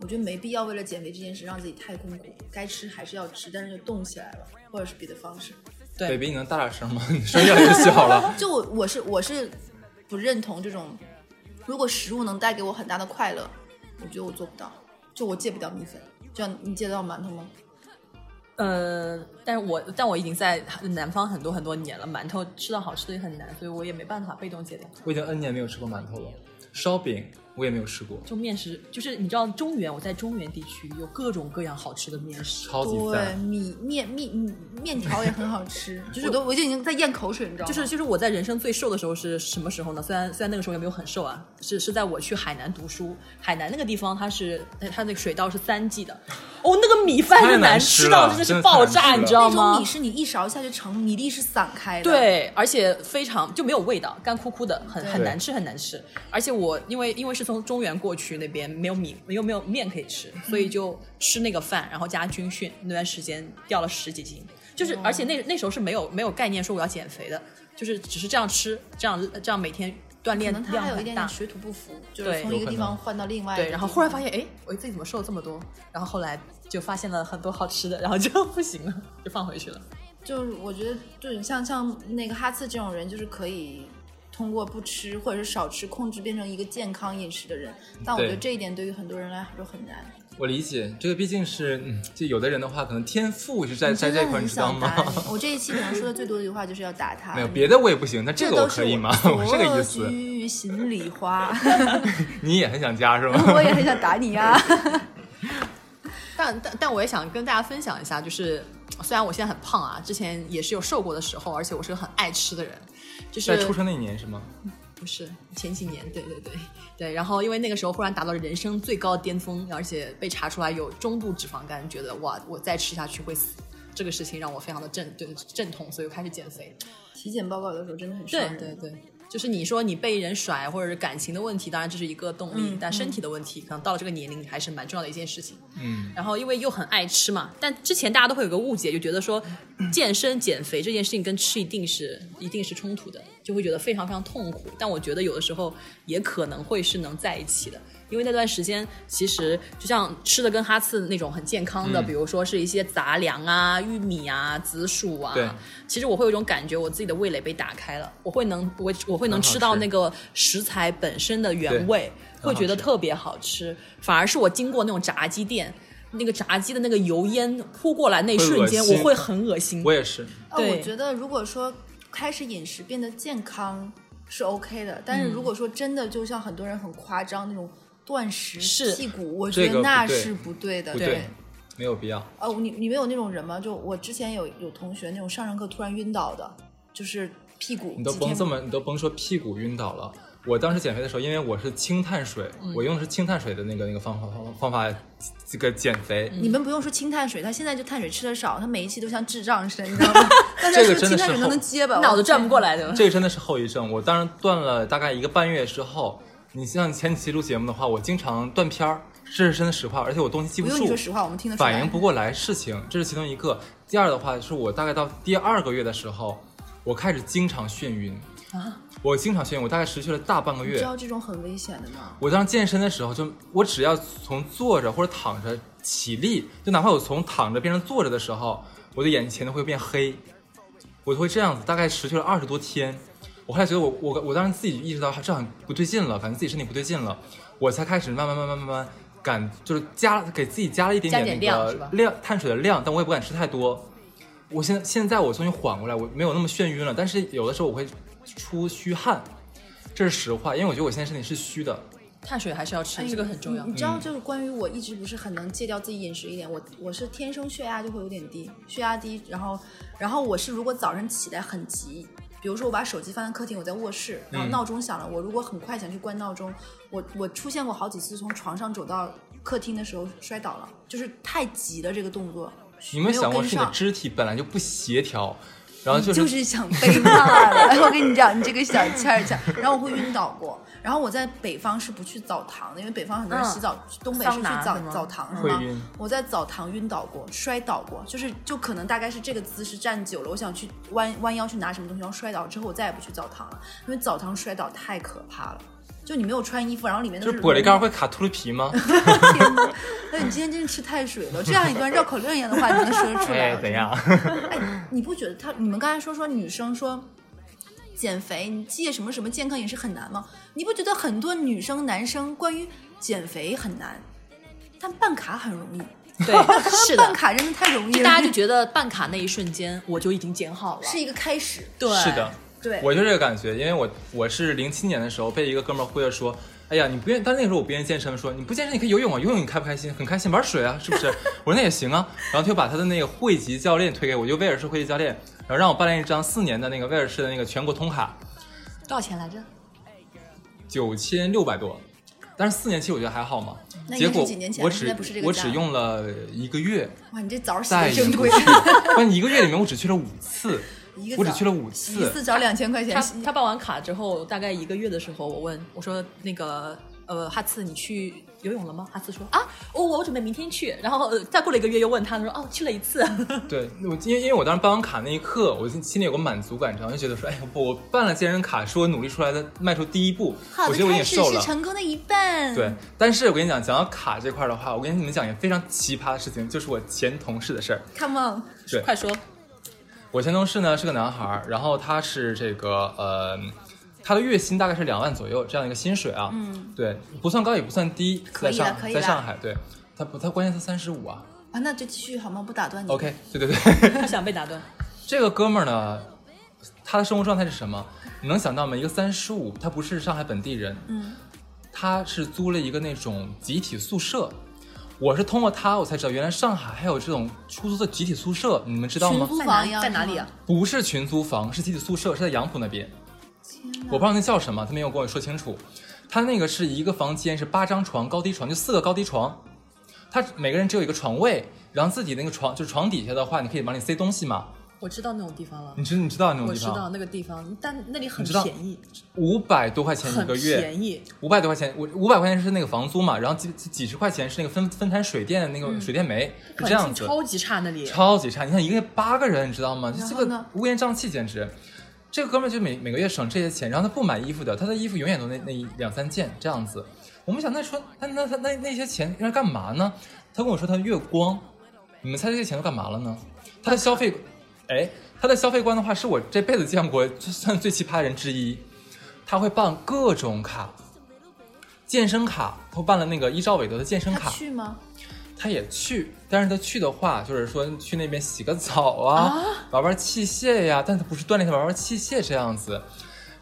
S4: 我觉得没必要为了减肥这件事让自己太痛苦。该吃还是要吃，但是就动起来了，或者是别的方式。
S5: 对
S3: baby，你能大点声吗？你声越来越小了。
S4: <laughs> 就我我是我是不认同这种，如果食物能带给我很大的快乐，我觉得我做不到，就我戒不掉米粉。就像你戒得到馒头吗？
S5: 呃，但是我但我已经在南方很多很多年了，馒头吃到好吃的也很难，所以我也没办法被动戒掉。
S3: 我已经 N 年没有吃过馒头了，烧饼我也没有吃过，
S5: 就面食，就是你知道中原，我在中原地区有各种各样好吃的面食。
S3: 超级
S4: 对，
S3: 赞。
S4: 米面面米面条也很好 <laughs> 吃，就是我都我就已经在咽口水，你知道吗？
S5: 就是就是我在人生最瘦的时候是什么时候呢？虽然虽然那个时候也没有很瘦啊，是是在我去海南读书，海南那个地方它是它它那个水稻是三季的，哦，那个米饭
S3: 太
S5: 是
S3: 难吃
S5: 吃
S3: 了
S5: 到真的
S3: 真
S5: 是
S3: 的太难
S5: 爆
S3: 吃
S5: 炸，
S3: 了
S5: 你知道
S4: 那
S5: 吗
S4: 种米？是你一勺下去盛，米粒是散开的。，
S5: 对，而且非常就没有味道，干枯枯的，很很
S3: 对
S5: 难吃，很难吃。而且我因为因为是从中原过去那边没有米，没有没有面可以吃，所以就吃那个饭，然后加军训那段时间掉了十几斤，就是
S4: 哦
S5: 而且那那时候是没有没有概念说我要减肥的，就是只是这样吃，这样这样每天锻
S4: 可
S5: 炼
S4: 能它
S5: 量
S4: 还有一
S5: 很
S4: 点
S5: 大
S4: 点。水土不服，就
S5: 对
S4: 是从一个地
S3: 有可能
S4: 方换到另外一个地方。
S5: 对，然后忽然发现，哎，我自己怎么瘦了这么多？然后后来就发现了很多好吃的，然后就 <laughs> 不行了，就放回去了。
S4: 就是我觉得，就是像像那个哈次这种人，就是可以通过不吃或者是少吃控制，变成一个健康饮食的人。但我觉得
S3: 对
S4: 这一点对于很多人来说很难。
S3: 我理解，这个毕竟是，嗯就有的人的话，可能天赋是在
S4: 我
S3: 在
S4: 真
S3: 这
S4: 的
S3: 一块，你
S4: 很
S3: 知道
S4: 想打
S3: 吗？ <laughs>
S4: 你。我这一期可能说的最多的一句话就是要打他。
S3: 没有别的我也不行，但这个
S4: 都是
S3: 可以吗？
S4: 我
S3: <laughs> 我这个意思
S4: 所，需心里
S3: <laughs>
S4: 话，
S3: 你也很想加是吗？
S4: <laughs> 我也很想打你啊呀、
S5: 但但但我也想跟大家分享一下，就是虽然我现在很胖啊，之前也是有瘦过的时候，而且我是个很爱吃的人，就是
S3: 在出生那一年是吗？
S5: 不是前几年，对对对对。然后因为那个时候忽然达到了人生最高巅峰，而且被查出来有中度脂肪肝，觉得哇，我再吃下去会死。这个事情让我非常的阵对阵痛，所以我开始减肥。
S4: 体检报告有的时候真的很伤人。
S5: 对对，就是你说你被人甩或者是感情的问题，当然这是一个动力，
S4: 嗯
S5: 但身体的问题，可能到了这个年龄还是蛮重要的一件事情。
S3: 嗯，
S5: 然后因为又很爱吃嘛，但之前大家都会有个误解，就觉
S3: <clears throat>
S5: 得说健身减肥这件事情跟吃一定是一定是冲突的，就会觉得非常非常痛苦。但我觉得有的时候也可能会是能在一起的，因为那段时间其实就像吃的跟哈次那种很健康的，
S3: 嗯
S5: 比如说是一些杂粮啊、玉米啊、紫薯啊
S3: 对，
S5: 其实我会有一种感觉，我自己的味蕾被打开了，我会能我我会能
S3: 很好
S5: 吃到
S3: 吃
S5: 那个食材本身的
S3: 对
S5: 原味。会觉
S3: 很
S5: 得
S3: 好吃
S5: 特别好吃，反而是我经过那种炸鸡店，那个炸鸡的那个油烟扑过来那一瞬间，
S3: 会恶心
S5: 我会很恶心。
S3: 我也是，
S4: 啊，
S5: 对
S4: 我觉得如果说开始饮食变得健康是 OK 的，但是
S5: 嗯
S4: 如果说真的就像很多人很夸张那种断食、
S5: 是
S4: 辟谷，我
S3: 这
S4: 觉
S3: 个
S4: 得那
S3: 不对
S4: 是不呃对的。
S3: 不对，没有必要。
S4: 哦，你你们有那种人吗？就我之前有有同学那种上上课突然晕倒的，就是屁股
S3: 你都
S4: 几
S3: 甭
S4: 天
S3: 这么，你都甭说屁股晕倒了，我当时减肥的时候，因为我是清碳水，
S4: 嗯
S3: 我用的是清碳水的那个那个方法方方法这个减肥，
S4: 你们不用说清碳水，他现在就碳水吃的少，他每一期都像智障似的，你
S3: <laughs>
S4: 知道吗？但他
S3: 这个
S4: 说
S3: 真的
S4: 清碳
S3: 是
S4: 水都
S3: 后
S4: 能接吧，
S5: 脑子转不过来的。
S3: 这个真的是后遗症。我当时断了大概一个半月之后，你像前几期录节目的话，我经常断片儿，这是真的实话，而且我东西记
S4: 不
S3: 住。
S4: 用你说实话，我们听得出来。
S3: 反应不过来事情，这是其中一个。第二的话，是我大概到第二个月的时候，我开始经常眩晕
S5: 啊，
S3: 我经常眩晕，我大概持续了大半个
S4: 你知
S3: 月。
S4: 道这种很危险的吗？
S3: 我当时健身的时候就，我只要从坐着或者躺着起立，就哪怕我从躺着变成坐着的时候，我的眼前都会变黑，我就会这样子，大概持续了二十多天。我后来觉得我我我当时自己意识到这很不对劲了，反正自己身体不对劲了，我才开始慢慢慢慢慢慢敢就是加给自己加了一点
S5: 加点
S3: 点那
S5: 量
S3: 个
S5: 是吧
S3: 量碳水的量，但我也不敢吃太多。我现在现在我终于缓过来，我没有那么眩晕了，但是有的时候我会出虚汗，这是实话，因为我觉得我现在身体是虚的。
S5: 碳水还是要
S4: 哎
S5: 吃，这个很重要
S4: 你。你
S3: 嗯
S4: 知道，就是关于我一直不是很能戒掉自己饮食一点，我我是天生血压就会有点低，血压低，然后然后我是如果早晨起来很急，比如说我把手机放在客厅，我在卧室，然后
S3: 嗯
S4: 闹钟响了，我如果很快想去关闹钟，我我出现过好几次从床上走到客厅的时候摔倒了，就是太急了这个动作。
S3: 你有没有想过
S4: 没有跟
S3: 是你的
S4: 上
S3: 肢体本来就不协调，然后
S4: 你
S3: 就是、
S4: 就是想
S3: <laughs>
S4: 背叛了。然后我跟你讲，你这个小欠儿欠儿，然后我会晕倒过。然后我在北方是不去澡堂的，因为北方很多人洗澡，东北是
S5: 嗯桑
S4: 去
S5: 拿
S4: 澡
S5: 是吗
S4: 澡堂是
S3: 会
S4: 吗
S3: 晕？
S4: 我在澡堂晕倒过，摔倒过，就是就可能大概是这个姿势站久了，我想去弯弯腰去拿什么东西，然后摔倒之后，我再也不去澡堂了，因为澡堂摔倒太可怕了。就你没有穿衣服，然后里面都
S3: 就是是玻璃
S4: 绒
S3: 盖会卡秃噜皮吗？ <laughs>
S4: 天哪！ <laughs> 那你今天真是吃太水了。这样一段绕口令一样的话，你能说得出来
S3: 哎
S4: 吗？，
S3: 怎样？
S4: <laughs> 哎，你不觉得他？你们刚才说说女生说减肥，你戒什么什么健康饮食很难吗？你不觉得很多女生男生关于减肥很难，但办卡很容易？
S5: 对，是
S4: 办
S5: 的， <laughs>
S4: 卡真的太容易了，
S5: 大家就觉得办卡那一瞬间我就已经减好了。
S4: 是一个开始。
S5: 对，
S3: 是的，
S4: 对，
S3: 我就这个感觉，因为我我是零七年的时候被一个哥们儿忽悠说，哎呀，你不愿，但那个时候我不愿意健身，说你不健身你可以游泳啊，游泳你开不开心？很开心，玩水啊，是不 <laughs> 是？我说那也行啊，然后他就把他的那个会籍教练推给我，就威尔士会籍教练，然后让我办了一张四年的那个威尔士的那个全国通卡，
S5: 多少钱来着？
S3: 九千六百多。但是四年期我觉得还好嘛
S4: 那，
S3: 结
S4: 应该是
S3: 果
S4: 几年前
S3: 我
S4: 了应
S3: 只
S4: 该不是这个
S3: 我
S4: 价
S3: 只用了一个月，
S4: 哇，你这枣儿洗
S3: 再
S4: 的
S3: 也
S4: 真
S3: 不 <laughs>
S4: <laughs> 贵
S3: 去，，关键一个月里面我只去了五次，
S4: 一个
S3: 我只
S4: 枣儿
S3: 去了五
S4: 洗一次找两千块钱
S5: 他，他办完卡之后，大概一个月的时候，我问我说那个呃哈次你去游泳了吗？哈次说啊，我、我准备明天去。然后、呃再过了一个月又问他，他说哦去了一次。 <laughs>
S3: 对，我因为因为我当时办完卡那一刻，我心心里有个满足感，然后就觉得说，哎呀，不，我办了健身卡，是我努力出来的，迈出第一步，
S4: 好
S3: 我
S4: 的
S3: 觉得我已
S4: 开
S3: 经
S4: 始
S3: 瘦
S4: 是
S3: 了。
S4: 成功的一半。
S3: 对，，但是我跟你讲，讲到卡这块儿的话，我跟你们讲一件非常奇葩的事情，就是我前同事的事儿。
S4: come on，
S3: 对，
S5: 快说，
S3: 我前同事呢是个男孩儿，然后他是这个呃，他的月薪大概是两万左右这样一个薪水啊，嗯，对，不算高也不算低，
S4: 可
S3: 在
S4: 以了
S3: 上
S4: 可以
S3: 在
S4: 了
S3: 上海，对，他不他关键他三十五啊
S4: 啊，那就继续好吗？不打断你。
S3: ，OK，对对对， <laughs>
S5: 不想被打断。
S3: 这个哥们儿呢，他的生活状态是什么？你能想到吗？一个三十五，他不是上海本地人，
S4: 嗯，
S3: 他是租了一个那种集体宿舍。我是通过他，我才知道原来上海还有这种出租的集体宿舍，你们知道
S4: 群
S3: 吗？
S4: 租
S5: 在
S4: 房
S5: 哪
S4: 一样
S5: 在
S4: 是
S5: 哪里
S4: 吗
S5: 啊？？
S3: 不是群租房，是集体宿舍，是在杨浦那边。我不知道那叫什么，他没有跟我说清楚。他那个是一个房间是八张床，高低床就四个高低床，他每个人只有一个床位，然后自己那个床就是床底下的话，你可以往里塞东西嘛。
S5: 我知道那种地方了
S3: 你，知你知嗯道那种
S5: 我
S3: 地
S5: 知
S3: 方？
S5: 道那个地方，但那里很
S3: 你知道
S5: 便宜，
S3: 五百多块钱一
S5: 很
S3: 个月，
S5: 便宜。
S3: 五百多块钱，五五百块钱是那个房租嘛，然后几几几十块钱是那个分分摊水电的那
S5: 嗯
S3: 个水电煤，是
S5: 环
S3: 这样
S5: 境
S3: 子，
S5: 超级差那里，
S3: 超级差。你看一个月八个人，你知道吗？
S4: 然
S3: 这
S4: 后
S3: 个
S4: 呢
S3: 乌烟瘴气，简直。这个哥们儿就每每个月省这些钱，然后他不买衣服的，他的衣服永远都那那一两三件这样子。我们想，那说那那他那那些钱用来干嘛呢？他跟我说他月光，你们猜这些钱都干嘛了呢？他的消费，哎，他的消费观的话，是我这辈子见过就算最奇葩的人之一。他会办各种卡，健身卡，他办了那个伊兆韦德的健身
S4: 他
S3: 卡，
S4: 去吗？
S3: 他也去，但是他去的话，就是说去那边洗个澡啊，玩玩器械呀、但他不是锻炼，他玩玩器械这样子。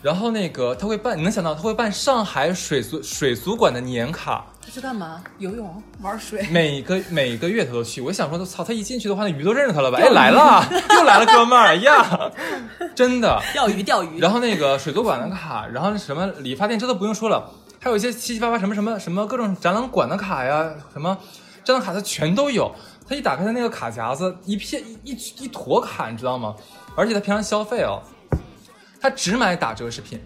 S3: 然后那个他会办，你能想到他会办上海水族水族馆的年卡，
S5: 出去干嘛？游泳？
S4: 玩水。
S3: 每个每个月他都去，我想说，操，他一进去的话，那鱼都认识他了吧？哎，来了，又来了，哥们儿哎呀，真的。
S5: 钓鱼？钓鱼？
S3: 然后那个水族馆的卡，然后什么理发店，这都不用说了，还有一些七七八八什么什么什么各种展览馆的卡呀，什么展览卡，它全都有。他一打开他那个卡夹子，一片一一一坨卡，你知道吗？而且他平常消费哦，他只买打折食品。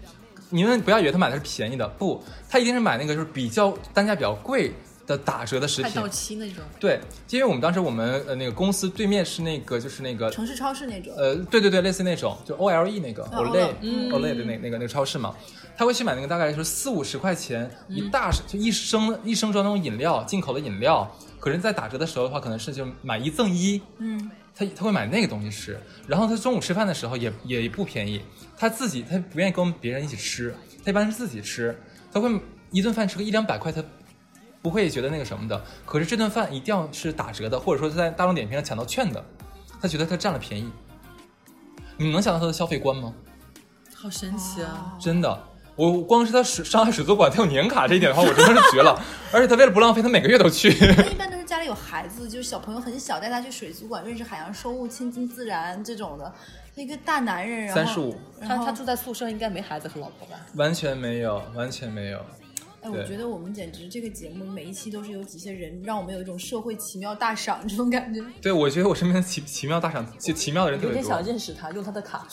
S3: 你们不要以为他买的是便宜的，不，他一定是买那个就是比较单价比较贵的打折的食
S5: 快
S3: 品
S5: 到。期那种？
S3: 对，因为我们当时我们呃那个公司对面是那个就是那个
S4: 城市超市那种，
S3: 呃，对对对，类似那种，就 O L E 那个 Olay
S4: Olay，
S3: Olay 的那那个那个超市嘛，他会去买那个大概是四五十块钱一大升就一升一升装那种饮料，进口的饮料，可是，在打折的时候的话，可能是就买一赠一，
S4: 嗯，
S3: 他他会买那个东西吃，然后他中午吃饭的时候也也不便宜，他自己他不愿意跟别人一起吃，他一般是自己吃，他会一顿饭吃个一两百块，他不会觉得那个什么的。可是这顿饭一定要是打折的，或者说是在大众点评上抢到券的，他觉得他占了便宜。你能想到他的消费观吗？
S5: 好神奇啊！
S3: 真的，我光是他水上海水族馆，他有年卡这一点的话，我真的是绝了。而且他为了不浪费，他每个月都去。
S4: 那一般都是家里有孩子，就是小朋友很小，带他去水族馆认识海洋生物、亲近自然这种的。一个大男人，然后
S3: 35
S5: 他
S4: 然后
S5: 他住在宿舍，应该没孩子和老婆吧？
S3: 完全没有，完全没有。
S4: 哎，我
S3: 对
S4: 觉得我们简直这个节目每一期都是有几些人，让我们有一种社会奇妙大赏这种感觉。
S3: 对，我觉得我身边的奇奇妙大赏，奇奇妙的人特
S5: 有
S3: 别
S5: 点想
S3: 多。
S5: 认识他，用他的卡。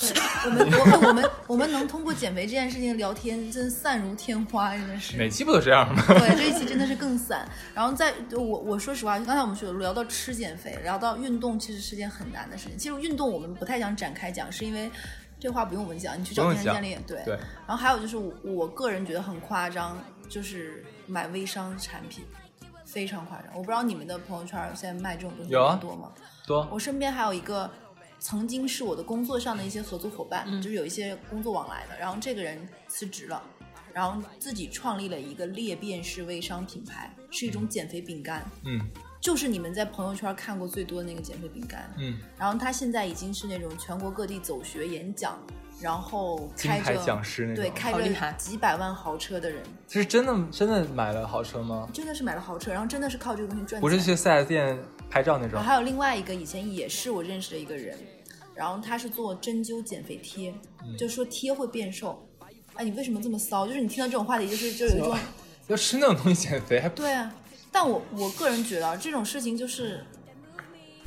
S4: 我们我我们我们能通过减肥这件事情聊天，真散如天花，真的是。
S3: 每期不都这样 <laughs> 吗？
S4: 对，这一期真的是更散。然后在我我说实话，刚才我们说聊到吃减肥，聊到运动，其实是件很难的事情。其实运动我们不太想展开讲，是因为这话不用我们讲，你去找
S3: 不用
S4: 健身
S3: 讲
S4: 教练对。
S3: 对
S4: 然后还有就是我我个人觉得很夸张，就是买微商产品。非常夸张，我不知道你们的朋友圈现在卖这种东西
S3: 有啊
S4: 多吗？
S3: 多
S4: 我身边还有一个曾经是我的工作上的一些合作伙伴，
S3: 嗯
S4: 就是有一些工作往来的。然后这个人辞职了，然后自己创立了一个裂变式微商品牌，是一种减肥饼干，
S3: 嗯
S4: 就是你们在朋友圈看过最多的那个减肥饼干。
S3: 嗯，
S4: 然后他现在已经是那种全国各地走学演讲，然后
S3: 金
S4: 开
S3: 牌
S4: 着
S3: 讲师那种
S4: 对，开
S5: 好厉害
S4: 着几百万豪车的人，
S3: 这是真的真的买了豪车吗？
S4: 真的是买了豪车，然后真的是靠这个东西赚钱。
S3: 不是去 4S 店拍照那种
S4: 然后。
S5: 啊
S4: 还有另外一个以前也是我认识的一个人，然后他是做针灸减肥贴，
S3: 嗯
S4: 就说贴会变瘦。哎，你为什么这么骚？就是你听到这种话题，就是就有一种
S3: 要吃那种东西减肥还不
S4: 对啊。但我我个人觉得啊，这种事情就是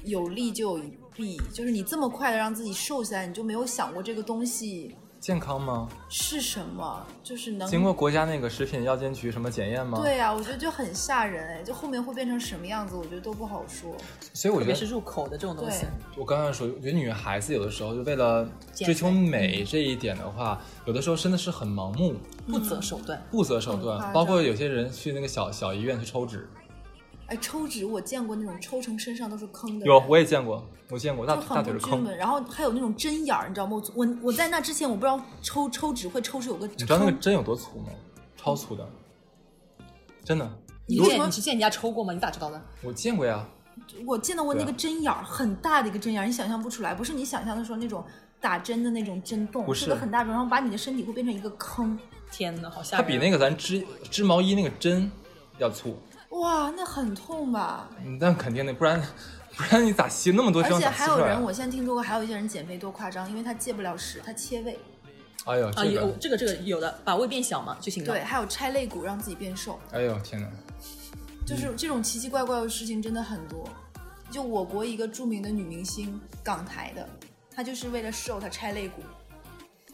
S4: 有利就有弊，就是你这么快的让自己瘦下来，你就没有想过这个东西
S3: 健康吗？
S4: 是什么，就是能
S3: 经过国家那个食品药监局什么检验吗？，
S4: 对啊，我觉得就很吓人哎，就后面会变成什么样子，我觉得都不好说。
S3: 所以我
S5: 特
S3: 觉
S5: 别是
S3: 得
S5: 入口的这种东西
S4: 对，
S3: 我刚刚说，我觉得女孩子有的时候就为了
S5: 减
S3: 追
S5: 肥
S3: 求美这一点的话，有的时候真的是很盲目、
S5: 不择手段。
S4: 嗯
S3: 不择手
S4: 很夸
S3: 段，
S4: 张
S3: 包括有些人去那个小小医院去抽脂，
S4: 哎，抽脂我见过那种抽成身上都是坑的人，
S3: 有我也见过，我见过大
S4: 就
S3: 大
S4: 很
S3: 腿
S4: 不
S3: 是
S4: 均
S3: 坑。
S4: 匀，然后还有那种针眼儿，你知道吗？我我我在那之前我不知道抽抽纸会抽出有个
S3: 你知道那个
S4: 坑
S3: 针有多粗吗？超粗的，真的，
S5: 你
S4: 为什
S5: 见
S4: 么
S5: 你是见人家抽过吗？你咋知道的？
S3: 我见过呀。
S4: 我见到过
S3: 对
S4: 那
S3: 啊
S4: 个针眼儿很大的一个针眼儿，你想象不出来，不是你想象的说那种打针的那种针洞，
S3: 不
S4: 是
S3: 是
S4: 个很大的，然后把你的身体会变成一个坑，
S5: 天哪，好吓
S3: 它
S5: 人！啊
S3: 比那个咱织织毛衣那个针要粗，
S4: 哇，那很痛吧？
S3: 嗯但肯定的，不然 <laughs> 不然你咋吸那么多
S4: 而
S3: 针
S4: 且
S3: 咋
S4: 还
S3: 吸
S4: 有
S3: 出来
S4: 人，
S3: 啊？
S4: 我现在听说过，还有一些人减肥多夸张，因为他戒不了食，他切胃，
S3: 哎呦，
S5: 啊，
S3: 这
S5: 有
S3: 个，
S5: 这个这个有的，把胃变小嘛，就行了。
S4: 对，，还有拆肋骨让自己变瘦，
S3: 哎呦天哪！
S4: 就是
S3: 嗯
S4: 这种奇奇怪怪的事情真的很多。就我国一个著名的女明星，港台的，她就是为了瘦，她拆肋骨，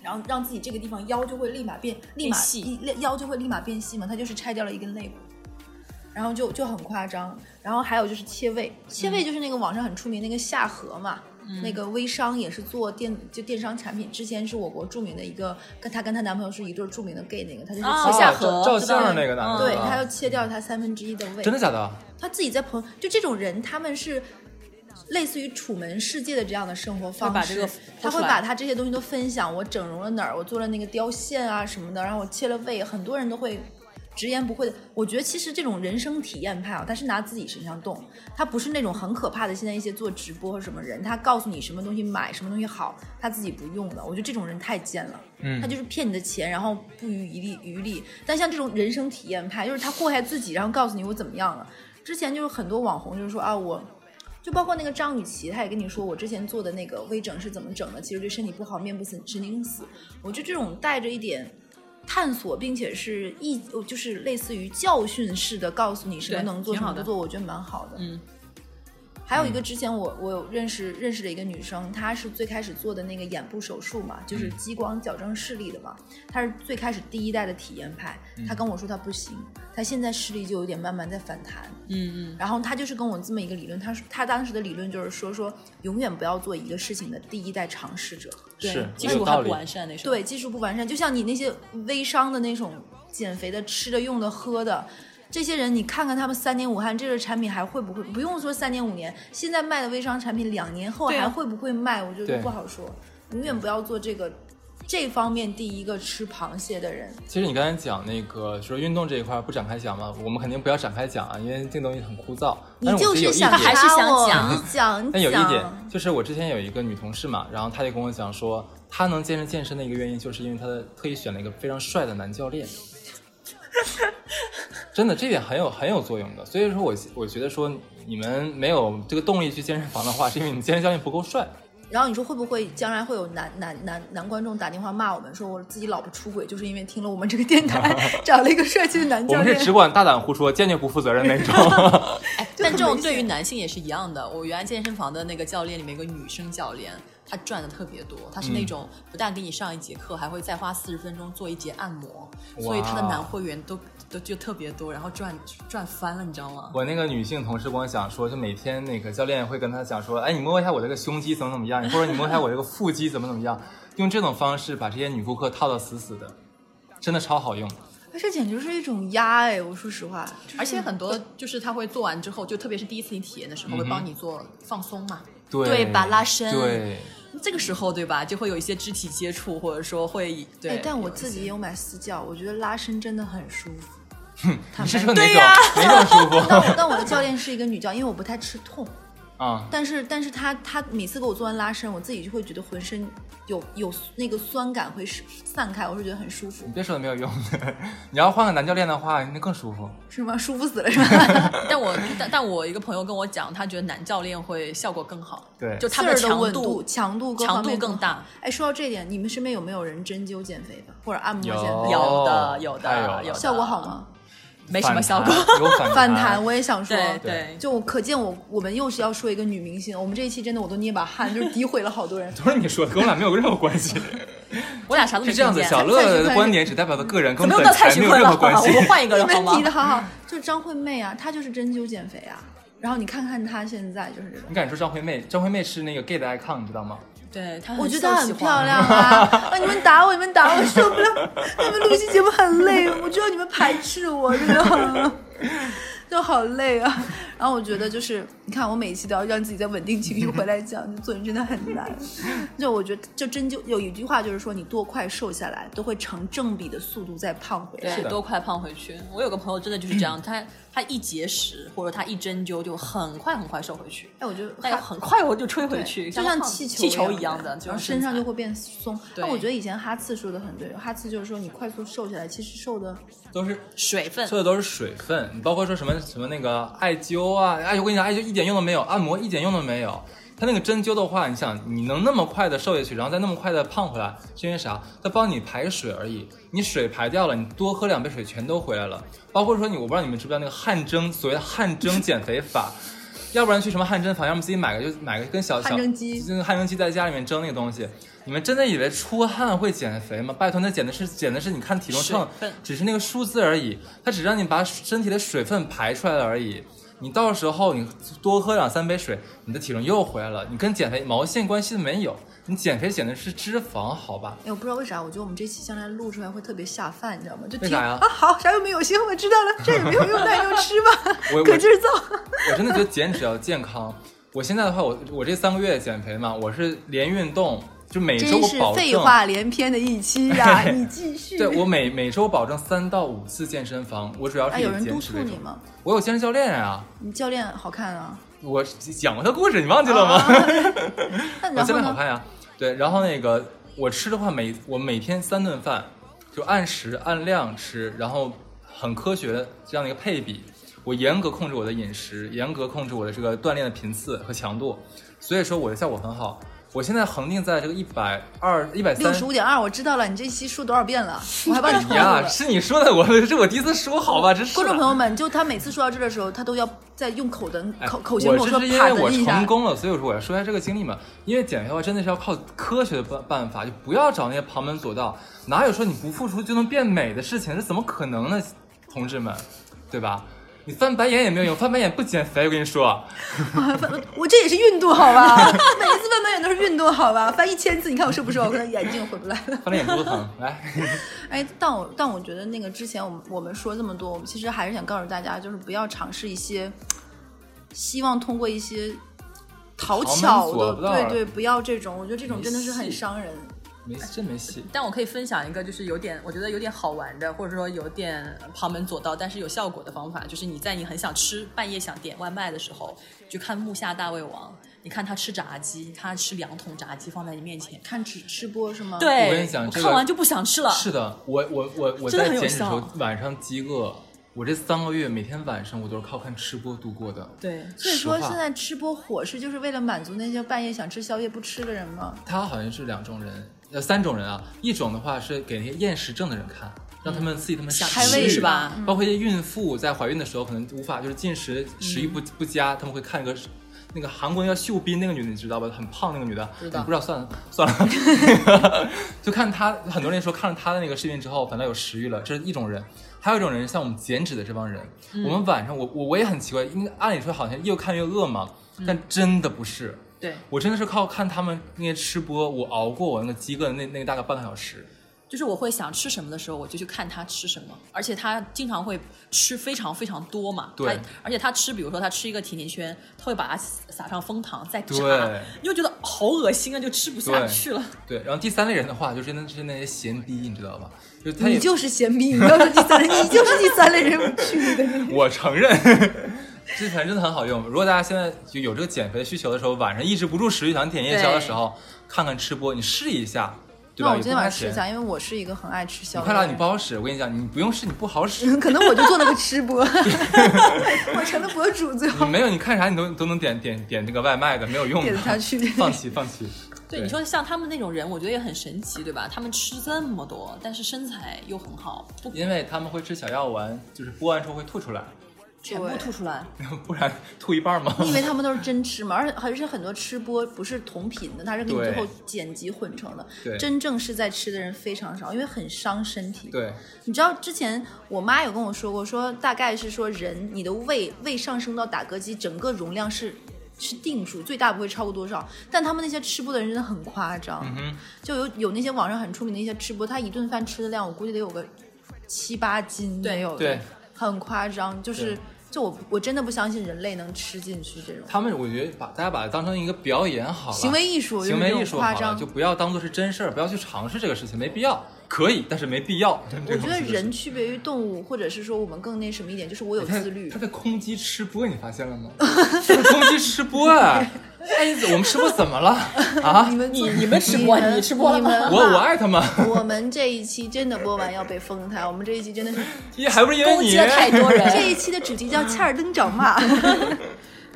S4: 然后让自己这个地方腰就会立马变，立马
S5: 变细
S4: 一腰就会立马变细嘛，她就是拆掉了一根肋骨，然后就就很夸张。然后还有就是切胃，切
S3: 嗯
S4: 胃就是那个网上很出名那个下颌嘛。那个微商也是做电就电商产品，之前是我国著名的一个，跟她跟她男朋友是一对著名的 gay 那个，她就是
S5: 啊
S4: 切
S5: 下
S4: 下
S3: 啊
S5: 颌
S4: 颌，
S3: 照照相那个男的，
S4: 对，
S3: 啊
S4: 她要切掉她三分之一的胃，
S3: 真的啊假的？
S4: 他自己在朋就这种人，他们是类似于楚门世界的这样的生活
S5: 会
S4: 方
S5: 把
S4: 式，
S5: 这个
S4: 他
S5: 剖出
S4: 会
S5: 来
S4: 把他这些东西都分享。我整容了哪儿，我做了那个雕线啊什么的，然后我切了胃，很多人都会直言不讳的。我觉得其实这种人生体验派啊，他是拿自己身上动，他不是那种很可怕的。现在一些做直播或什么人，他告诉你什么东西买，什么东西好，他自己不用的。我觉得这种人太贱了，
S5: 嗯
S4: 他就是骗你的钱，然后不遗余力余力。但像这种人生体验派，就是他祸害自己，然后告诉你我怎么样了。之前就是很多网红就是说啊我。就包括那个张雨绮，她也跟你说，我之前做的那个微整是怎么整的，其实对身体不好，面部神神经死。我觉得这种带着一点探索，并且是意，呃就是类似于教训式的，告诉你什么
S5: 对
S4: 能做，什么
S5: 挺好
S4: 不
S5: 的
S4: 做，我觉得蛮好的。
S5: 嗯。
S4: 还有一个，之前我我有认识认识的一个女生，她是最开始做的那个眼部手术嘛，就是
S5: 嗯
S4: 激光矫正视力的嘛，她是最开始第一代的体验派。
S5: 嗯
S4: 她跟我说她不行，她现在视力就有点慢慢在反弹。
S5: 嗯嗯，
S4: 然后他就是跟我这么一个理论，他说他当时的理论就是说说永远不要做一个事情的第一代尝试者，
S5: 对
S3: 是，
S5: 技
S3: 有
S5: 术
S3: 道
S5: 还不
S3: 理
S5: 完善那时候。
S4: 对技术不完善，就像你那些微商的那种减肥的、吃的、用的、喝的。这些人，你看看他们三年武汉这个产品还会不会？不用说三年五年，现在卖的微商产品，两年后
S5: 对啊
S4: 还会不会卖？我觉得
S3: 对
S4: 不好说。永远不要做这个这方面第一个吃螃蟹的人。
S3: 其实你刚才讲那个说运动这一块不展开讲嘛，我们肯定不要展开讲啊，因为这个东西很枯燥。
S4: 你
S3: 但是我
S4: 就
S3: 觉得有
S4: 是
S3: 一
S4: 想
S3: 点，
S5: 还是想讲
S4: 你讲，你
S3: 但有一点
S4: 讲，
S3: 就是我之前有一个女同事嘛，然后她就跟我讲说，她能坚持健身的一个原因，就是因为她的特意选了一个非常帅的男教练。 <laughs> 真的，这点很有很有作用的。所以说我我觉得说你们没有这个动力去健身房的话，是因为你健身教练不够帅。
S4: 然后你说会不会将来会有男男男男观众打电话骂我们，说我自己老婆出轨，就是因为听了我们这个电台， <laughs> 找了一个帅气的男
S3: 我
S4: 教
S3: 们
S4: 练
S3: 是。只管大胆胡说，坚决不负责任那
S4: <laughs>
S3: 种。
S5: 哎，
S4: 就
S5: 但
S4: 很
S5: 这种
S4: 危
S5: 对于
S4: 险
S5: 男性也是一样的。我原来健身房的那个教练里面有个女生教练，她赚的特别多，她是那种
S3: 嗯
S5: 不但给你上一节课，还会再花四十分钟做一节按摩，所以她的
S3: 哇
S5: 男会员都都就特别多，然后赚赚翻了，你知道吗？
S3: 我那个女性同事跟我讲说，就每天那个教练会跟她讲说，哎，你摸一下我这个胸肌怎么怎么样，或者你摸一下我这个腹肌怎么怎么样，用这种方式把这些女顾客套得死死的，真的超好用。
S4: <laughs> 这简直是一种压哎！我说实话，嗯
S5: 而且很多就是他会做完之后，就特别是第一次你体验的
S3: 嗯
S5: 时候，会帮你做放松嘛，
S3: 对
S5: 对吧？拉伸，
S3: 对，
S5: 这个时候对吧，就会有一些肢体接触，或者说会对。
S4: 哎，但我
S5: 有一
S4: 自
S5: 些
S4: 己也有买私教，我觉得拉伸真的很舒服。 <laughs>
S3: 你
S4: 坦
S3: 是
S4: 白
S3: 说
S4: 讲，
S3: 哪种、哪种舒服 <laughs>
S4: 但我但我的教练是一个女教，因为我不太吃痛，
S3: 啊？
S4: 但是但是她她每次给我做完拉伸，我自己就会觉得浑身有有那个酸感会是散开，我是觉得很舒服
S3: 你，别说的没有用的，你要换个男教练的话，那更舒服。
S4: 是吗？舒服死了是吧？
S5: 但我但但我一个朋友跟我讲，他觉得男教练会效果更好，
S3: 对
S5: 就他们
S4: 刺儿的
S5: 强
S4: 稳
S5: 度
S4: 度、强度各
S5: 强
S4: 方
S5: 度
S4: 面
S5: 更大。
S4: 哎，说到这一点，你们身边有没有人针灸减肥的，或者按摩减
S3: 有
S4: 肥？
S5: 有的有的
S3: 太有了
S5: 有的
S4: 效果好吗？
S5: 没什么效果。
S3: 反弹，有反
S4: 反弹，。我也想说。
S5: 对
S3: 对。
S5: 对，
S4: 就可见我我们又是要说一个女明星，我们这一期真的我都捏把汗，就是诋毁了好多人
S3: <laughs>
S5: <laughs>
S3: 都是你说的，跟我俩没有任何关系。
S5: 我俩啥都
S3: <laughs>
S5: 没
S3: 是这样子，
S5: 听见
S3: 小
S4: 蔡徐
S3: 乐
S4: 坤
S3: 的
S4: 是
S3: 观点只代表他个人，跟
S5: 怎么又
S3: 本
S5: 到蔡
S3: 台
S5: 徐
S3: 没有
S5: 坤
S3: 任何
S5: 了？好
S3: 关
S5: 吧，我 <laughs>
S3: 系。
S5: 们换一个
S4: 你
S5: 人好
S4: 们提的
S5: 吗？
S4: 好好，就张惠妹啊，她就是针灸减肥啊。然后你看看她现在就是这种，
S3: 你敢说张惠妹？张惠妹是那个 gay 的 icon，你知道吗？
S5: 对，他
S4: 我觉得
S5: 受
S4: 她
S5: 喜
S4: 很漂
S5: 欢
S4: 亮啊！ <laughs> 啊，你们打我，你们打我，受不了！你们录期节目很累，我知道你们排斥我，真的， <laughs> 就好累啊。然后我觉得就是，你看我每一期都要让自己在稳定情绪回来讲，就做人真的很难。就我觉得，就针灸有一句话就是说，你多快瘦下来，都会成正比的速度再胖回来。
S3: 是
S5: 对，
S3: 的
S5: 多快胖回去。我有个朋友真的就是这样，他他一节食或者他一针灸就很快很快瘦回去，
S4: 哎，我觉得
S5: 但又很快我就吹回去，
S4: 就
S5: 像
S4: 像
S5: 胖
S4: 气球
S5: 气球一样
S4: 的
S5: 的，，
S4: 然
S5: 就
S4: 后
S5: 是
S4: 身上
S5: 材
S4: 就会变松。
S5: 对
S4: 那我觉得以前哈次说的很对，哈次就是说你快速瘦下来，其实瘦的
S3: 都是
S5: 水分
S3: 说的都是水分，你包括说什么什么那个艾灸啊，哎，我跟你讲，艾灸一点用都没有，按摩一点用都没有。它那个针灸的话，你想你能那么快的瘦下去，然后再那么快的胖回来，是因为啥？它帮你排水而已。你水排掉了，你多喝两杯水全都回来了。包括说你，我不知道你们知不知道那个汗蒸，所谓的汗蒸减肥法，要不然去什么汗蒸房，要么自己买个就买个跟小小
S4: 汗蒸机
S3: 就是汗蒸机在家里面蒸那个东西。你们真的以为出汗会减肥吗？拜托，那减的是减的是你看体重秤
S5: 水分
S3: 只是那个数字而已，它只让你把身体的水分排出来了而已。你到时候你多喝两三杯水，你的体重又回来了，你跟减肥毛线关系都没有。你减肥减的是脂肪，好
S4: <laughs>
S3: 吧？
S4: 哎，我不知道为啥，我觉得我们这期将来录出来会特别下饭，你知道吗？就
S3: 为
S4: 听
S3: 啥呀
S4: 啊，好，啥又没有，行，我知道了，这也没有用，那就吃吧
S3: 我我，
S4: 可劲儿造。
S3: 我真的觉得减脂要健康。我现在的话，我我这三个月减肥嘛，我是连运动就每周
S4: 真
S3: 我
S4: 是
S3: 保
S4: 废
S3: 证，
S4: 话连篇的一期
S3: <laughs>
S4: 呀、你继续。
S3: 对我每每周保证三到五次健身房，我主要
S4: 哎，
S3: 是
S4: 有
S3: 以
S4: 人
S3: 减
S4: 督
S3: 脂
S4: 促
S3: 为主
S4: 你。吗？
S3: 我有健身教练啊，
S4: 你教练好看啊？
S3: 我讲过他故事，你忘记了吗？
S4: 哦那
S3: 我啊
S4: 然
S3: 教
S4: 后
S3: 练好
S4: 呢？
S3: 看呀。对，然后那个我吃的话每，我每天三顿饭，就按时按量吃，然后很科学的这样的一个配比。我严格控制我的饮食，严格控制我的这个锻炼的频次和强度，所以说我的效果很好。我现在恒定在这个一百二、一百
S4: 六
S3: 三哎
S4: 十。五点二，我知道了，你这期说多少遍了？我还帮你重复
S3: 呀，
S4: 了。
S3: 是你说的，我 <laughs> 这我第一次说，好吧，这是啊
S4: 观众朋
S3: 友。
S4: 友们，就他每次说到这儿的时候，他都要再用口等
S3: 哎
S4: 口口型跟
S3: 我
S4: 说
S3: 这是因
S4: 啪
S3: 为
S4: 的
S3: 我
S4: 一下
S3: 成。功了，所以说我要说一下这个经历嘛。因为减肥的话，真的是要靠科学的办办法，就不要找那些旁门左道。哪有说你不付出就能变美的事情？这怎么可能呢，同志们，对吧？你翻白眼也没有用，翻白眼不减肥。我跟你说，
S4: 我这也是运动好吧？ <laughs> 每一次翻白眼都是运动好吧？翻一千次，你看我瘦不瘦？我可能眼睛回不来了。
S3: 翻了眼珠子疼。 <laughs> 来，
S4: 哎，但我但我觉得那个之前我们我们说这么多，我们其实还是想告诉大家，就是不要尝试一些，希望通过一些讨
S3: 门
S4: 巧
S3: 左
S4: 的，
S3: 不到
S4: 对
S3: 啊
S4: 对，不要这种，我觉得这种真的是很
S3: 没戏
S4: 伤人。
S3: 没真没戏。
S5: 但我可以分享一个，就是有点我觉得有点好玩的，或者说有点旁门左道，但是有效果的方法，就是你在你很想吃半夜想点外卖的时候，你就看木下大胃王，你看他吃炸鸡，他吃两桶炸鸡放在你面前，
S4: 看吃吃播是吗？，
S5: 对，
S3: 我跟你讲这个
S5: 看完就不想吃了。
S3: 是的，我我我我
S5: 真的
S3: 在
S5: 很有
S3: 减脂的时候
S5: 效
S3: 晚上饥饿，我这三个月每天晚上我都是靠看吃播度过的。
S5: 对，
S4: 所以
S3: 实
S4: 说
S3: 话
S4: 现在吃播火是就是为了满足那些半夜想吃宵夜不吃的人吗？
S3: 他好像是两种人，呃，三种人啊。一种的话是给那些厌食症的人看，让他们刺激他们
S5: 想
S3: 食
S4: 开胃
S3: 欲
S4: 是
S5: 吧？
S3: 包括一些孕妇在怀孕的时候，可能无法就是进食食欲不
S5: 嗯
S3: 不佳，他们会看一个。那个韩国人叫秀彬那个女的，你知道吧？很胖那个女的，哎
S5: 知道
S3: 你不知道算了算了， <laughs> 就看她。很多人说看了她的那个视频之后，反倒有食欲了，这是一种人。还有一种人，像我们减脂的这帮人，
S5: 嗯
S3: 我们晚上我我我也很奇怪，因为按理说好像越看越饿嘛，但真的不是。
S5: 嗯对，
S3: 我真的是靠看他们那些吃播，我熬过我那个饥饿的那那个大概半个小时。
S5: 就是我会想吃什么的时候，我就去看他吃什么，而且他经常会吃非常非常多嘛。
S3: 对
S5: 他而且他吃，比如说他吃一个甜甜圈，他会把它撒上蜂糖再炸
S3: 对，
S5: 你就觉得好恶心啊，就吃不下
S3: 对
S5: 去了。
S3: 对，然后第三类人的话，就是那是那些闲逼，你知道吧？就是他也
S4: 你就是闲逼，你就是第三，你就是第三类人我去的。
S3: 我承认， <laughs> 这反正真的很好用。如果大家现在就有这个减肥的需求的时候，晚上抑制不住食欲，想点夜宵的时候，看看吃播，你试一下，对
S4: 那
S3: 吧？
S4: 我今天晚
S3: 也
S4: 上试一
S3: 不花钱
S4: 下，因为我是一个很爱吃宵
S3: 你
S4: 夜。。
S3: 快乐，你不好使。我跟你讲，你不用试，你不好使
S4: <laughs> 可能我就做了个吃播， <laughs> 我成了博主，最
S3: 你
S4: 后
S3: 没有，你看啥你都你都能点点点这个外卖的，没有用的。
S4: 点下去 <laughs>
S3: 放弃放弃。
S5: 对，你说像他们那种人，我觉得也很神奇，对吧？他们吃这么多，但是身材又很好，不
S3: 因为他们会吃小药丸，就是播完之后会吐出来，
S5: 全部
S4: 对
S5: 吐出来。
S3: <laughs> 不然吐一半吗？
S4: 你以为他们都是真吃吗？而且而且很多吃播不是同频的，他是给你
S3: 对
S4: 最后剪辑混成的
S3: 对。
S4: 真正是在吃的人非常少，因为很伤身体。
S3: <laughs> 对，
S4: 你知道之前我妈有跟我说过，说大概是说人你的胃胃上升到打嗝机整个容量是是定数，最大不会超过多少。但他们那些吃播的人真的很夸张，
S3: 嗯哼
S4: 就有有那些网上很出名的一些吃播，他一顿饭吃的量，我估计得有个七八斤
S5: 对
S4: 没有的，
S3: 对
S4: 很夸张，就是
S3: 对。
S4: 就我我真的不相信人类能吃进去这种
S3: 他们我觉得把大家把它当成一个表演好了，
S4: 行为艺术，
S3: 行为
S4: 就是
S3: 艺
S4: 这种
S3: 术
S4: 夸
S3: 好了，
S4: 张
S3: 就。不要当做是真事儿，不要去尝试这个事情，没必要。可以，但是没必要。
S4: 我觉
S3: 这个
S4: 得
S3: 东西就是
S4: 人区别于动物，或者是说我们更那什么一点，就是我有
S3: 你看
S4: 自律
S3: 他。在空击吃播，你发现了吗？他在空击吃播哎， <laughs> 哎，我们吃播怎么了啊？
S4: 们
S5: 你
S4: 做
S5: 你们吃播
S4: 你们
S5: 你吃播了吗
S4: 你们
S3: 我我爱他们，
S4: <laughs> 我们这一期真的播完要被封台，我们这一期真
S5: <laughs>
S4: 的是
S3: <laughs> 也还不是因为
S5: 攻
S3: 你
S5: 击了太多人
S4: 这一期的主题叫“欠尔登长骂。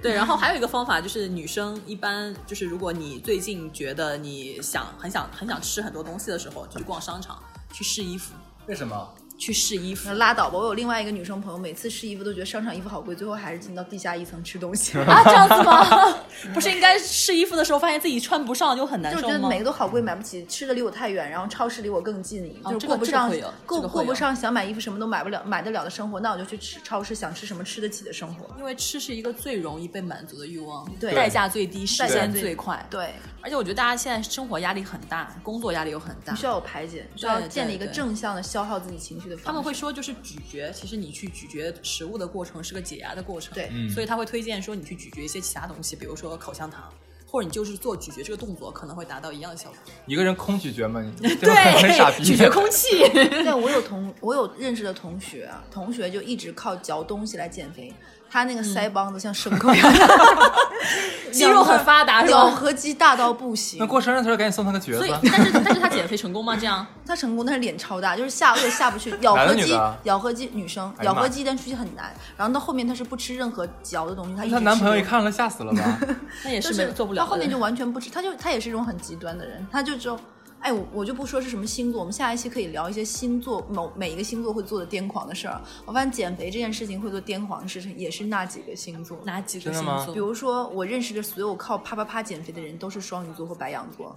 S5: 对，然后还有一个方法就是，女生一般就是，如果你最近觉得你想很想很想吃很多东西的时候，就去逛商场去试衣服，
S3: 为什么？
S5: 去试衣”，服
S4: <laughs> 拉倒吧！我有另外一个女生朋友，每次试衣服都觉得商场衣服好贵，最后还是进到地下一层吃东
S5: <laughs>
S4: 西，
S5: 啊，这样子 <laughs> 吗？不是应该试衣服的时候发现自己穿不上就很难
S4: 就
S5: 受
S4: 觉得
S5: 吗
S4: 每？个都好贵，买不起，吃的离我太远，然后超市离我更近，
S5: 哦
S4: 就是
S5: 这个
S4: 过不上
S5: 这个会有
S4: 过
S5: 这个会
S4: 过
S5: 有
S4: 不上想买衣服什么都买不了买得了的生活，那我就去吃超市想吃什么吃得起的生活。
S5: 因为吃是一个最容易被满足的欲望，
S4: 对
S5: 代价最低，时
S4: 代价
S5: 间
S4: 最
S5: 最快。，
S4: 对，
S5: 而且我觉得大家现在生活压力很大，工作压力又很大
S4: 你，需要有排解，需要
S5: 对对
S4: 建立一个
S5: 对
S4: 正向的消耗自己情绪的方式。
S5: 他们会说，就是咀嚼，其实你去咀嚼食物的过程是个解压的过程，
S4: 对
S5: 所以他会推荐说你去咀嚼一些其他东西，比如说口香糖，或者你就是做咀嚼这个动作，可能会达到一样的效果。
S3: 一个人空咀嚼嘛，你对吧？很傻
S5: <laughs> 对，
S3: 逼，
S5: 咀嚼空 <laughs> 气。
S4: <laughs> 对，我有同我有认识的同学，啊同学就一直靠嚼东西来减肥，他那个
S3: 嗯
S4: 腮帮子像牲口一
S3: <laughs>
S4: 样，
S5: 肌肉很发达是吧
S4: 咬合肌大到不
S3: 那
S4: 行。
S3: 过生日的时候赶紧送他个橛
S5: <laughs> 所以
S3: 子，。
S5: 但是但是他减肥成功吗？这样
S4: 他成功，但是脸超大，就是下颚下
S3: <laughs>
S4: 不去，咬
S3: 男的
S4: 合
S3: 女
S4: 肌
S3: 的啊，
S4: 咬合肌，女生
S3: 哎呀
S4: 咬
S3: 妈
S4: 合肌跟出去很难。然后到后面她是不吃任何嚼的东西，她一直
S3: 她男
S4: 吃
S3: 朋友一
S4: 肉
S3: 看了，吓死了吧？
S5: 那也
S4: 就是
S5: 没有做不了
S4: 到
S5: 的。
S4: 后面就完全不吃，他就他也是一种很极端的人，他就只有，哎，我我就不说是什么星座，我们下一期可以聊一些星座某每一个星座会做的癫狂的事儿。我发现减肥这件事情会做癫狂的事情，也是那几个星座。
S5: 哪几个
S3: 真的
S5: 星
S3: 吗
S5: 座？
S4: 比如说，我认识的所有靠啪啪啪减肥的人，都是双鱼座和白羊座，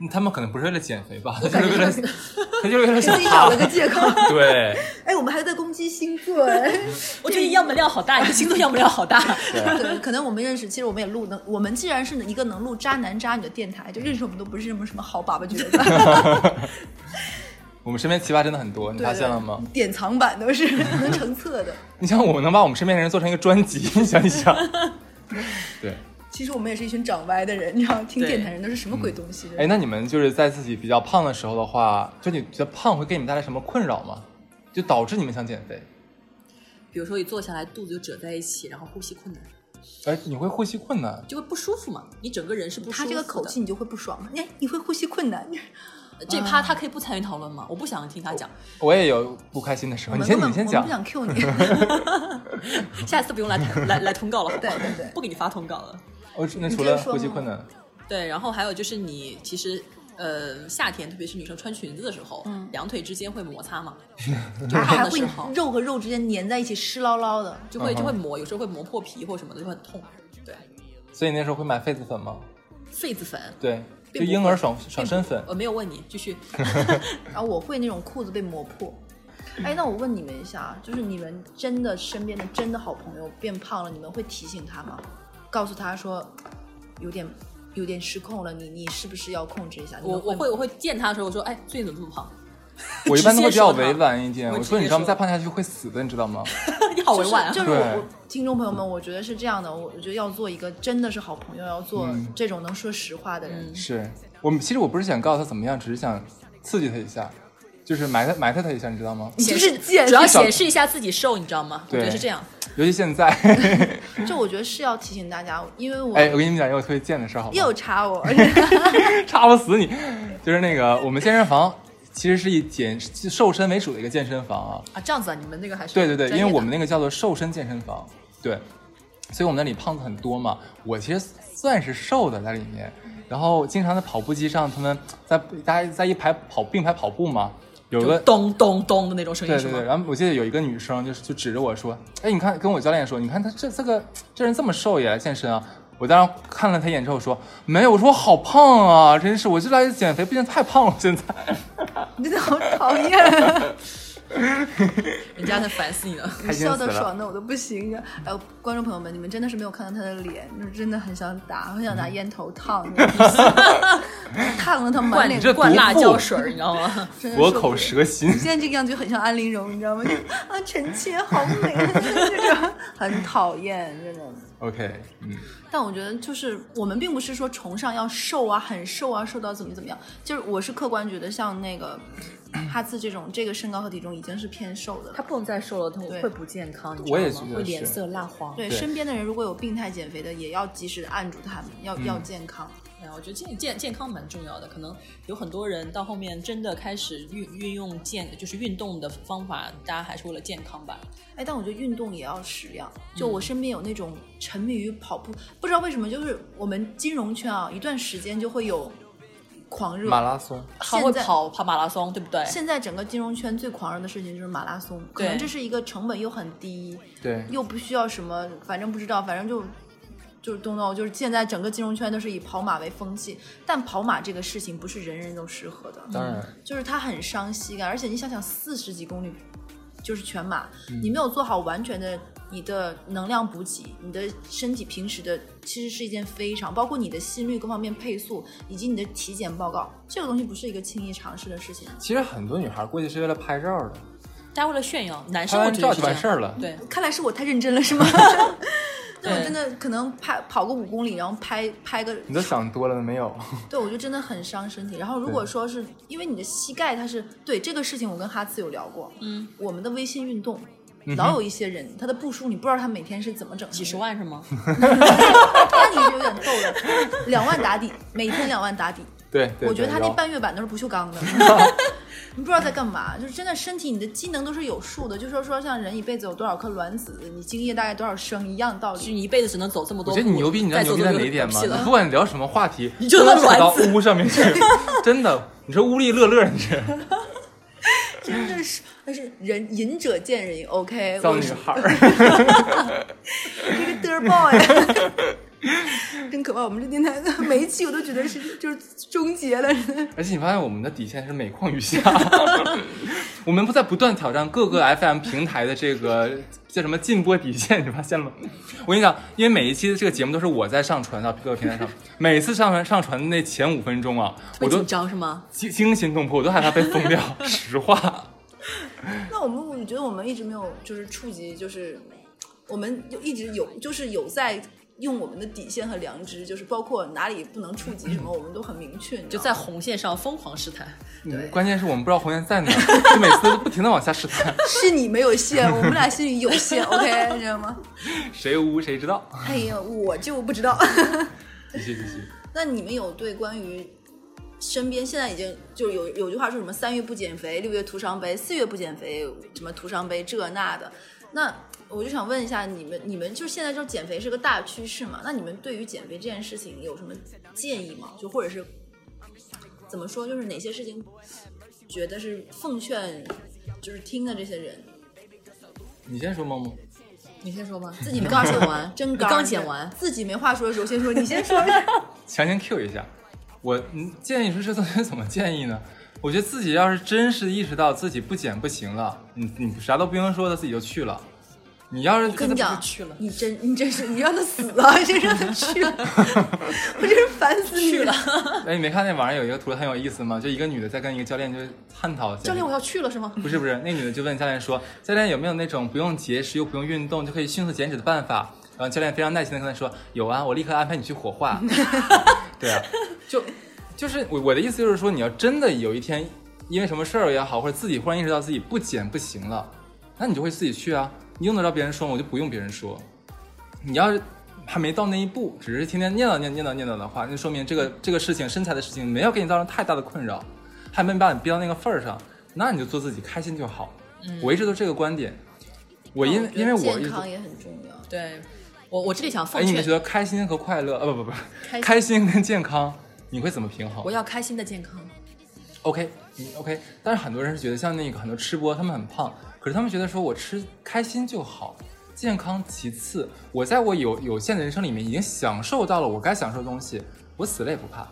S3: 嗯他们可能不是为了减肥吧，他就是为了， <laughs> 他就是为了
S4: 给
S3: 想
S4: 自己找
S3: 胖
S4: 了。个借口。 <laughs>
S3: 对，
S4: 哎，我们还在攻击星座哎。
S5: 我觉得样本量好大，你的星座样本量
S3: <laughs>
S5: 好大。
S4: 对，可能我们认识，其实我们也录能，我们既然是一个能录渣男渣女的电台，就认识我们都不是什么什么好粑粑角色。
S3: 我们身边奇葩真的很多，你发现了吗？？
S4: 典藏版都是 <laughs> 能成册的。
S3: 你像我们能把我们身边的人做成一个专辑，你想一
S4: <laughs>
S3: 想。对，
S4: 其实我们也是一群长歪的人，你知道，听
S5: 对
S4: 电台人都是什么鬼东西？
S3: 哎，那你们就是在自己比较胖的时候的话，就你觉得胖会给你们带来什么困扰吗？就导致你们想减肥？
S5: 比如说一坐下来肚子就折在一起，然后呼吸困难，
S3: 哎，你会呼吸困难？
S5: 就会不舒服嘛。你整个人是不舒服
S4: 他
S5: 的。
S4: 这个口气，你就会不爽嘛？你看哎你会呼吸困难，
S5: 这趴他可以不参与讨论吗？我不想听他讲，
S3: 我也有不开心的时
S4: 我
S3: 哦候，你
S4: 们
S3: 先
S4: 根
S3: 你
S4: 本
S3: 们先
S4: 我们
S3: 讲
S4: 不。想 Q 你。
S5: 下次不用来谈来来通告了，好不好
S4: 对对对
S5: <laughs> 不给你发通告了。
S3: 我那
S4: 你
S3: 除
S4: 接着
S3: 了
S4: 说
S3: 呼吸
S4: 吗
S3: 困难，
S5: 对，然后还有就是你其实。呃，夏天特别是女生穿裙子的时候，两腿之间会摩
S3: <laughs>
S5: 擦嘛，
S4: 嗯还
S5: 胖
S4: 还
S5: 的
S4: 会
S5: 时候
S4: 肉和肉之间粘在一起，湿唠唠的。
S5: 就会
S3: 嗯嗯哼
S5: 就会磨，有时候会磨破皮或什么的，就会很痛。对，
S3: 所以那时候会买痱子粉吗？
S5: 痱子粉，
S3: 对，就
S5: 并不
S3: 婴儿
S5: 会
S3: 爽爽身粉。
S5: 我没有问你，继续。
S4: 然后我会那种裤子被磨破。
S3: 嗯
S4: 哎，那我问你们一下，就是你们真的身边的真的好朋友变胖了，你们会提醒他吗？告诉他说有点有点失控了，你你是不是要控制一下？你
S5: 我
S4: 们
S5: 我会我会见他的时候，我说，哎，最近怎么这么胖？ <laughs>
S3: <laughs> 我一般都会比较
S5: 直接
S3: 委
S5: 说他
S3: 婉一点，
S5: 我
S3: 我
S5: 直
S3: 说你
S5: 接
S3: 知道吗？
S5: 说
S3: 再胖下去会死的，你知道
S5: <laughs>
S3: 吗？
S5: 你好委婉啊！
S4: 就是就是我
S3: 对
S4: 我听众朋友们，我觉得是这样的，我我觉得要做一个真的是好朋友，要做
S3: 嗯
S4: 这种能说实话的人。
S3: 是我们其实我不是想告诉他怎么样，只是想刺激他一下，就是埋汰埋汰他一下，你知道吗？
S4: 你
S5: <laughs>
S4: 就是贱
S5: 主要
S3: 是吧
S5: 显示一下自己瘦，你知道吗？我
S3: 对
S5: 觉得是这样。
S3: 尤其现
S5: <laughs>
S3: 在，
S4: 就我觉得是要提醒大家，因为我
S3: 哎，我跟你们讲一个特别贱的事儿，好吗？ <laughs>
S4: 又查我，
S3: 插不死你。就是那个我们健身房其实是以减瘦身为主的一个健身房啊。
S5: 啊，这样子啊，你们那个还是
S3: 对对对，
S5: 专业
S3: 因
S5: 的
S3: 为我们那个叫做瘦身健身房，对，所以我们那里胖子很多嘛。我其实算是瘦的在里面，然后经常在跑步机上，他们在大家在一排跑并排跑步嘛，有
S5: 就
S3: 个
S5: 咚咚咚的那种声音
S3: 对
S5: 是
S3: 对
S5: 吗
S3: 对，？然后我记得有一个女生就是就指着我说：“哎，你看，跟我教练说，你看他这这个这人这么瘦也来健身啊。”我当时看了他一眼之后说：“没有，我说我好胖啊，真是，我就来减肥，毕竟太胖了，现在。
S4: 你真的好讨厌，
S5: 人家在烦死你 <laughs> 了。
S3: 开心
S4: 你
S3: 死
S4: 笑的
S3: 了
S4: 爽的我都不行了。哎，观众朋友们，你们真的是没有看到他的脸，就真的很想打，很想拿烟头
S3: <laughs>
S4: 烫你，烫的他满脸
S3: 这
S5: 灌
S3: 毒
S5: 辣
S3: 妇
S5: 椒水儿，你知道吗？
S4: 真的
S3: 我
S4: 受不
S3: 口
S4: 了
S3: 舌心，
S4: 现在这个样子就很像安陵容，你知道吗？就啊，臣妾好美， <laughs> 就是这种很讨厌，真的。
S3: OK，嗯，
S4: 但我觉得就是我们并不是说崇尚要瘦啊，很瘦啊，瘦到怎么怎么样。就是我是客观觉得，像那个 <clears throat> 哈茨这种，这个身高和体重已经是偏瘦的了。
S5: 不能再瘦 <laughs> 了，他
S4: 对
S5: 不健康，你
S3: 我也觉得是
S5: 蜡黄
S4: 对
S3: 对
S4: 身边的人，如果有病态减肥的，也要及时地按住他们，要、
S3: 嗯
S4: 要健康。
S5: 哎呀，我觉得健健健康蛮重要的。可能有很多人到后面真的开始运运用健就是运动的方法，大家还是为了健康吧。
S4: 哎，但我觉得运动也要适量。
S3: 嗯
S4: 就我身边有那种沉迷于跑步，不知道为什么，就是我们金融圈啊，一段时间就会有狂热
S3: 马拉松，
S5: 他会
S4: 现在
S5: 跑跑马拉松，对不对？
S4: 现在整个金融圈最狂热的事情就是马拉松，可
S5: 对
S4: 能这是一个成本又很低，
S3: 对
S4: 又不需要什么，反正不知道，反正就就是东东，就是现在整个金融圈都是以跑马为风气，但跑马这个事情不是人人都适合的，
S3: 当然，
S4: 就是它很伤膝盖，而且你想想四十几公里就是全马，
S3: 嗯
S4: 你没有做好完全的。你的能量补给，你的身体平时的其实是一件非常，包括你的心率各方面配速，以及你的体检报告，这个东西不是一个轻易尝试的事情。
S3: <laughs> 其实很多女孩估计是为了拍照的，
S5: 大家为了炫耀，男
S3: 拍
S5: 生我
S3: 完
S5: 觉
S3: 照
S5: 得
S3: 就是完事
S5: 这样。
S3: 儿了。
S5: 对，
S4: <laughs> 看来是我太认真了，是吗？但我真的可能拍跑个五公里，然后拍拍个，
S3: 你都想多了没有？
S4: 对我就真的很伤身体。然后如果说是因为你的膝盖，它是对这个事情，我跟哈茨有聊过，嗯，我们的微信运动。
S3: 嗯
S4: 老有一些人，他的步数你不知道他每天是怎么整的，
S5: 几十万是吗？
S4: <laughs>
S5: <laughs>
S4: 那你就有点逗了。两万打底，每天两万打底，
S3: 对，对
S4: 我觉得
S3: 对
S4: 他那
S3: 有
S4: 半月板都是不锈
S3: <laughs>
S4: 钢的， <laughs> 你不知道在干嘛。就是真的身体，你的机能都是有数的。就说说像人一辈子有多少颗卵子，你精液大概多少升一样的道
S5: 就
S4: 理。
S5: 你一辈子只能走这么多
S3: 我觉
S5: 步。
S3: 得你牛逼，你知道
S5: 再
S3: 牛
S5: 走
S3: 逼
S5: 就
S3: 在
S5: 有
S3: 哪一
S5: 点
S3: 点吗？
S5: 屁
S3: 你
S5: 了
S3: 不管聊什么话题，你
S5: 就
S3: 都
S5: 能
S3: 扯
S5: 玩
S3: 到
S5: 死
S3: 屋上面去，真的。你说屋里乐乐，你这
S4: 真的是，但是人仁者见仁，OK。
S3: 脏
S4: 我
S3: 女
S4: 是
S3: 孩儿， <laughs>
S4: 这个嘚儿 boy，真可怕！我们这电台的每一期我都觉得是就是终结了。
S3: 而且你发现我们的底线是每况愈下， <laughs> 我们不在不断挑战各个 FM 平台的这个叫什么禁播底线，你发现了吗？我跟你讲，因为每一期的这个节目都是我在上传到各个平台上，每次上传上传的那前五分钟啊，我
S5: 会
S3: 都
S5: 紧张是吗？
S3: 惊惊心动魄，我都害怕被封 <laughs> 掉。实
S5: <laughs>
S3: 话，
S4: 那我们我觉得我们一直没有就是触及，就是我们就一直有就是有在用我们的底线和良知，就是包括哪里不能触及什么，我们都很明确。你知
S5: 就
S4: 道
S5: 在
S4: 吗
S5: 红线上疯狂试探，
S3: 嗯关键是我们不知道红颜在哪儿，就每次都不停的往下试探，
S4: 是你没有线，我们俩心里有线，OK，知道吗？
S3: 谁污谁知道。
S4: 哎呀，我就不知道。
S3: 继续继续。
S4: 那你们有对关于身边现在已经就是有有句话说什么三月不减肥，六月徒伤悲，四月不减肥什么徒伤悲这那的，那我就想问一下你们，你们就是现在就是减肥是个大趋势嘛？那你们对于减肥这件事情有什么建议吗？就或者是怎么说，就是哪些事情觉得是奉劝就是听的这些人，
S3: 你先说，梦梦。
S5: 你先说吧。
S4: 自己没
S5: 刚
S4: 话
S5: 剪
S4: 说
S5: <laughs> 完，
S4: 真
S5: 你
S4: 刚
S5: 刚剪完，
S4: 自己没话说的时候先说，你先说。
S3: 强行 Q 一下。我嗯建议说这东西怎么建议呢？我觉得自己要是真是意识到自己不减不行了，你你啥都不用说的，自己就去了。你要是
S4: 我跟你讲
S5: 去了，
S4: 你真你真是你让他死了， <laughs> 你真让他去了，我真是烦死你了。 <laughs>
S3: 哎，你没看那网上有一个图很有意思吗？就一个女的在跟一个教练就探讨减肥
S5: 教练我要去了是吗？
S3: 不是不是，那女的就问教练说：“教练有没有那种不用节食又不用运动就可以迅速减脂的办法？”然后教练非常耐心的跟她说：“有啊，我立刻安排你去火化。”对
S4: <laughs>
S3: 啊，就就是我我的意思就是说，你要真的有一天因为什么事儿也好，或者自己忽然意识到自己不减不行了，那你就会自己去啊，你用得着别人说吗？我就不用别人说。你要是还没到那一步，只是天天念叨念念叨念叨的话，那说明这个这个事情身材的事情没有给你造成太大的困扰，还没把你逼到那个份儿上，那你就做自己开心就好。
S4: 嗯
S3: 我一直都这个观点，我因为因为我一
S4: 哦健
S3: 直
S4: 康也很重要，
S5: 对，我我这里想
S3: 哎，
S5: 奉
S3: 你们觉
S5: 劝，
S3: 得开心和快乐啊不不不，
S4: 开心
S3: 开心跟健康你会怎么平衡
S5: 我要开心的健康。
S3: ？OK，嗯 OK，但是很多人是觉得像那个很多吃播他们很胖，可是他们觉得说我吃开心就好。健康其次，我在我有有限的人生里面已经享受到了我该享受的东西，我死了也不怕。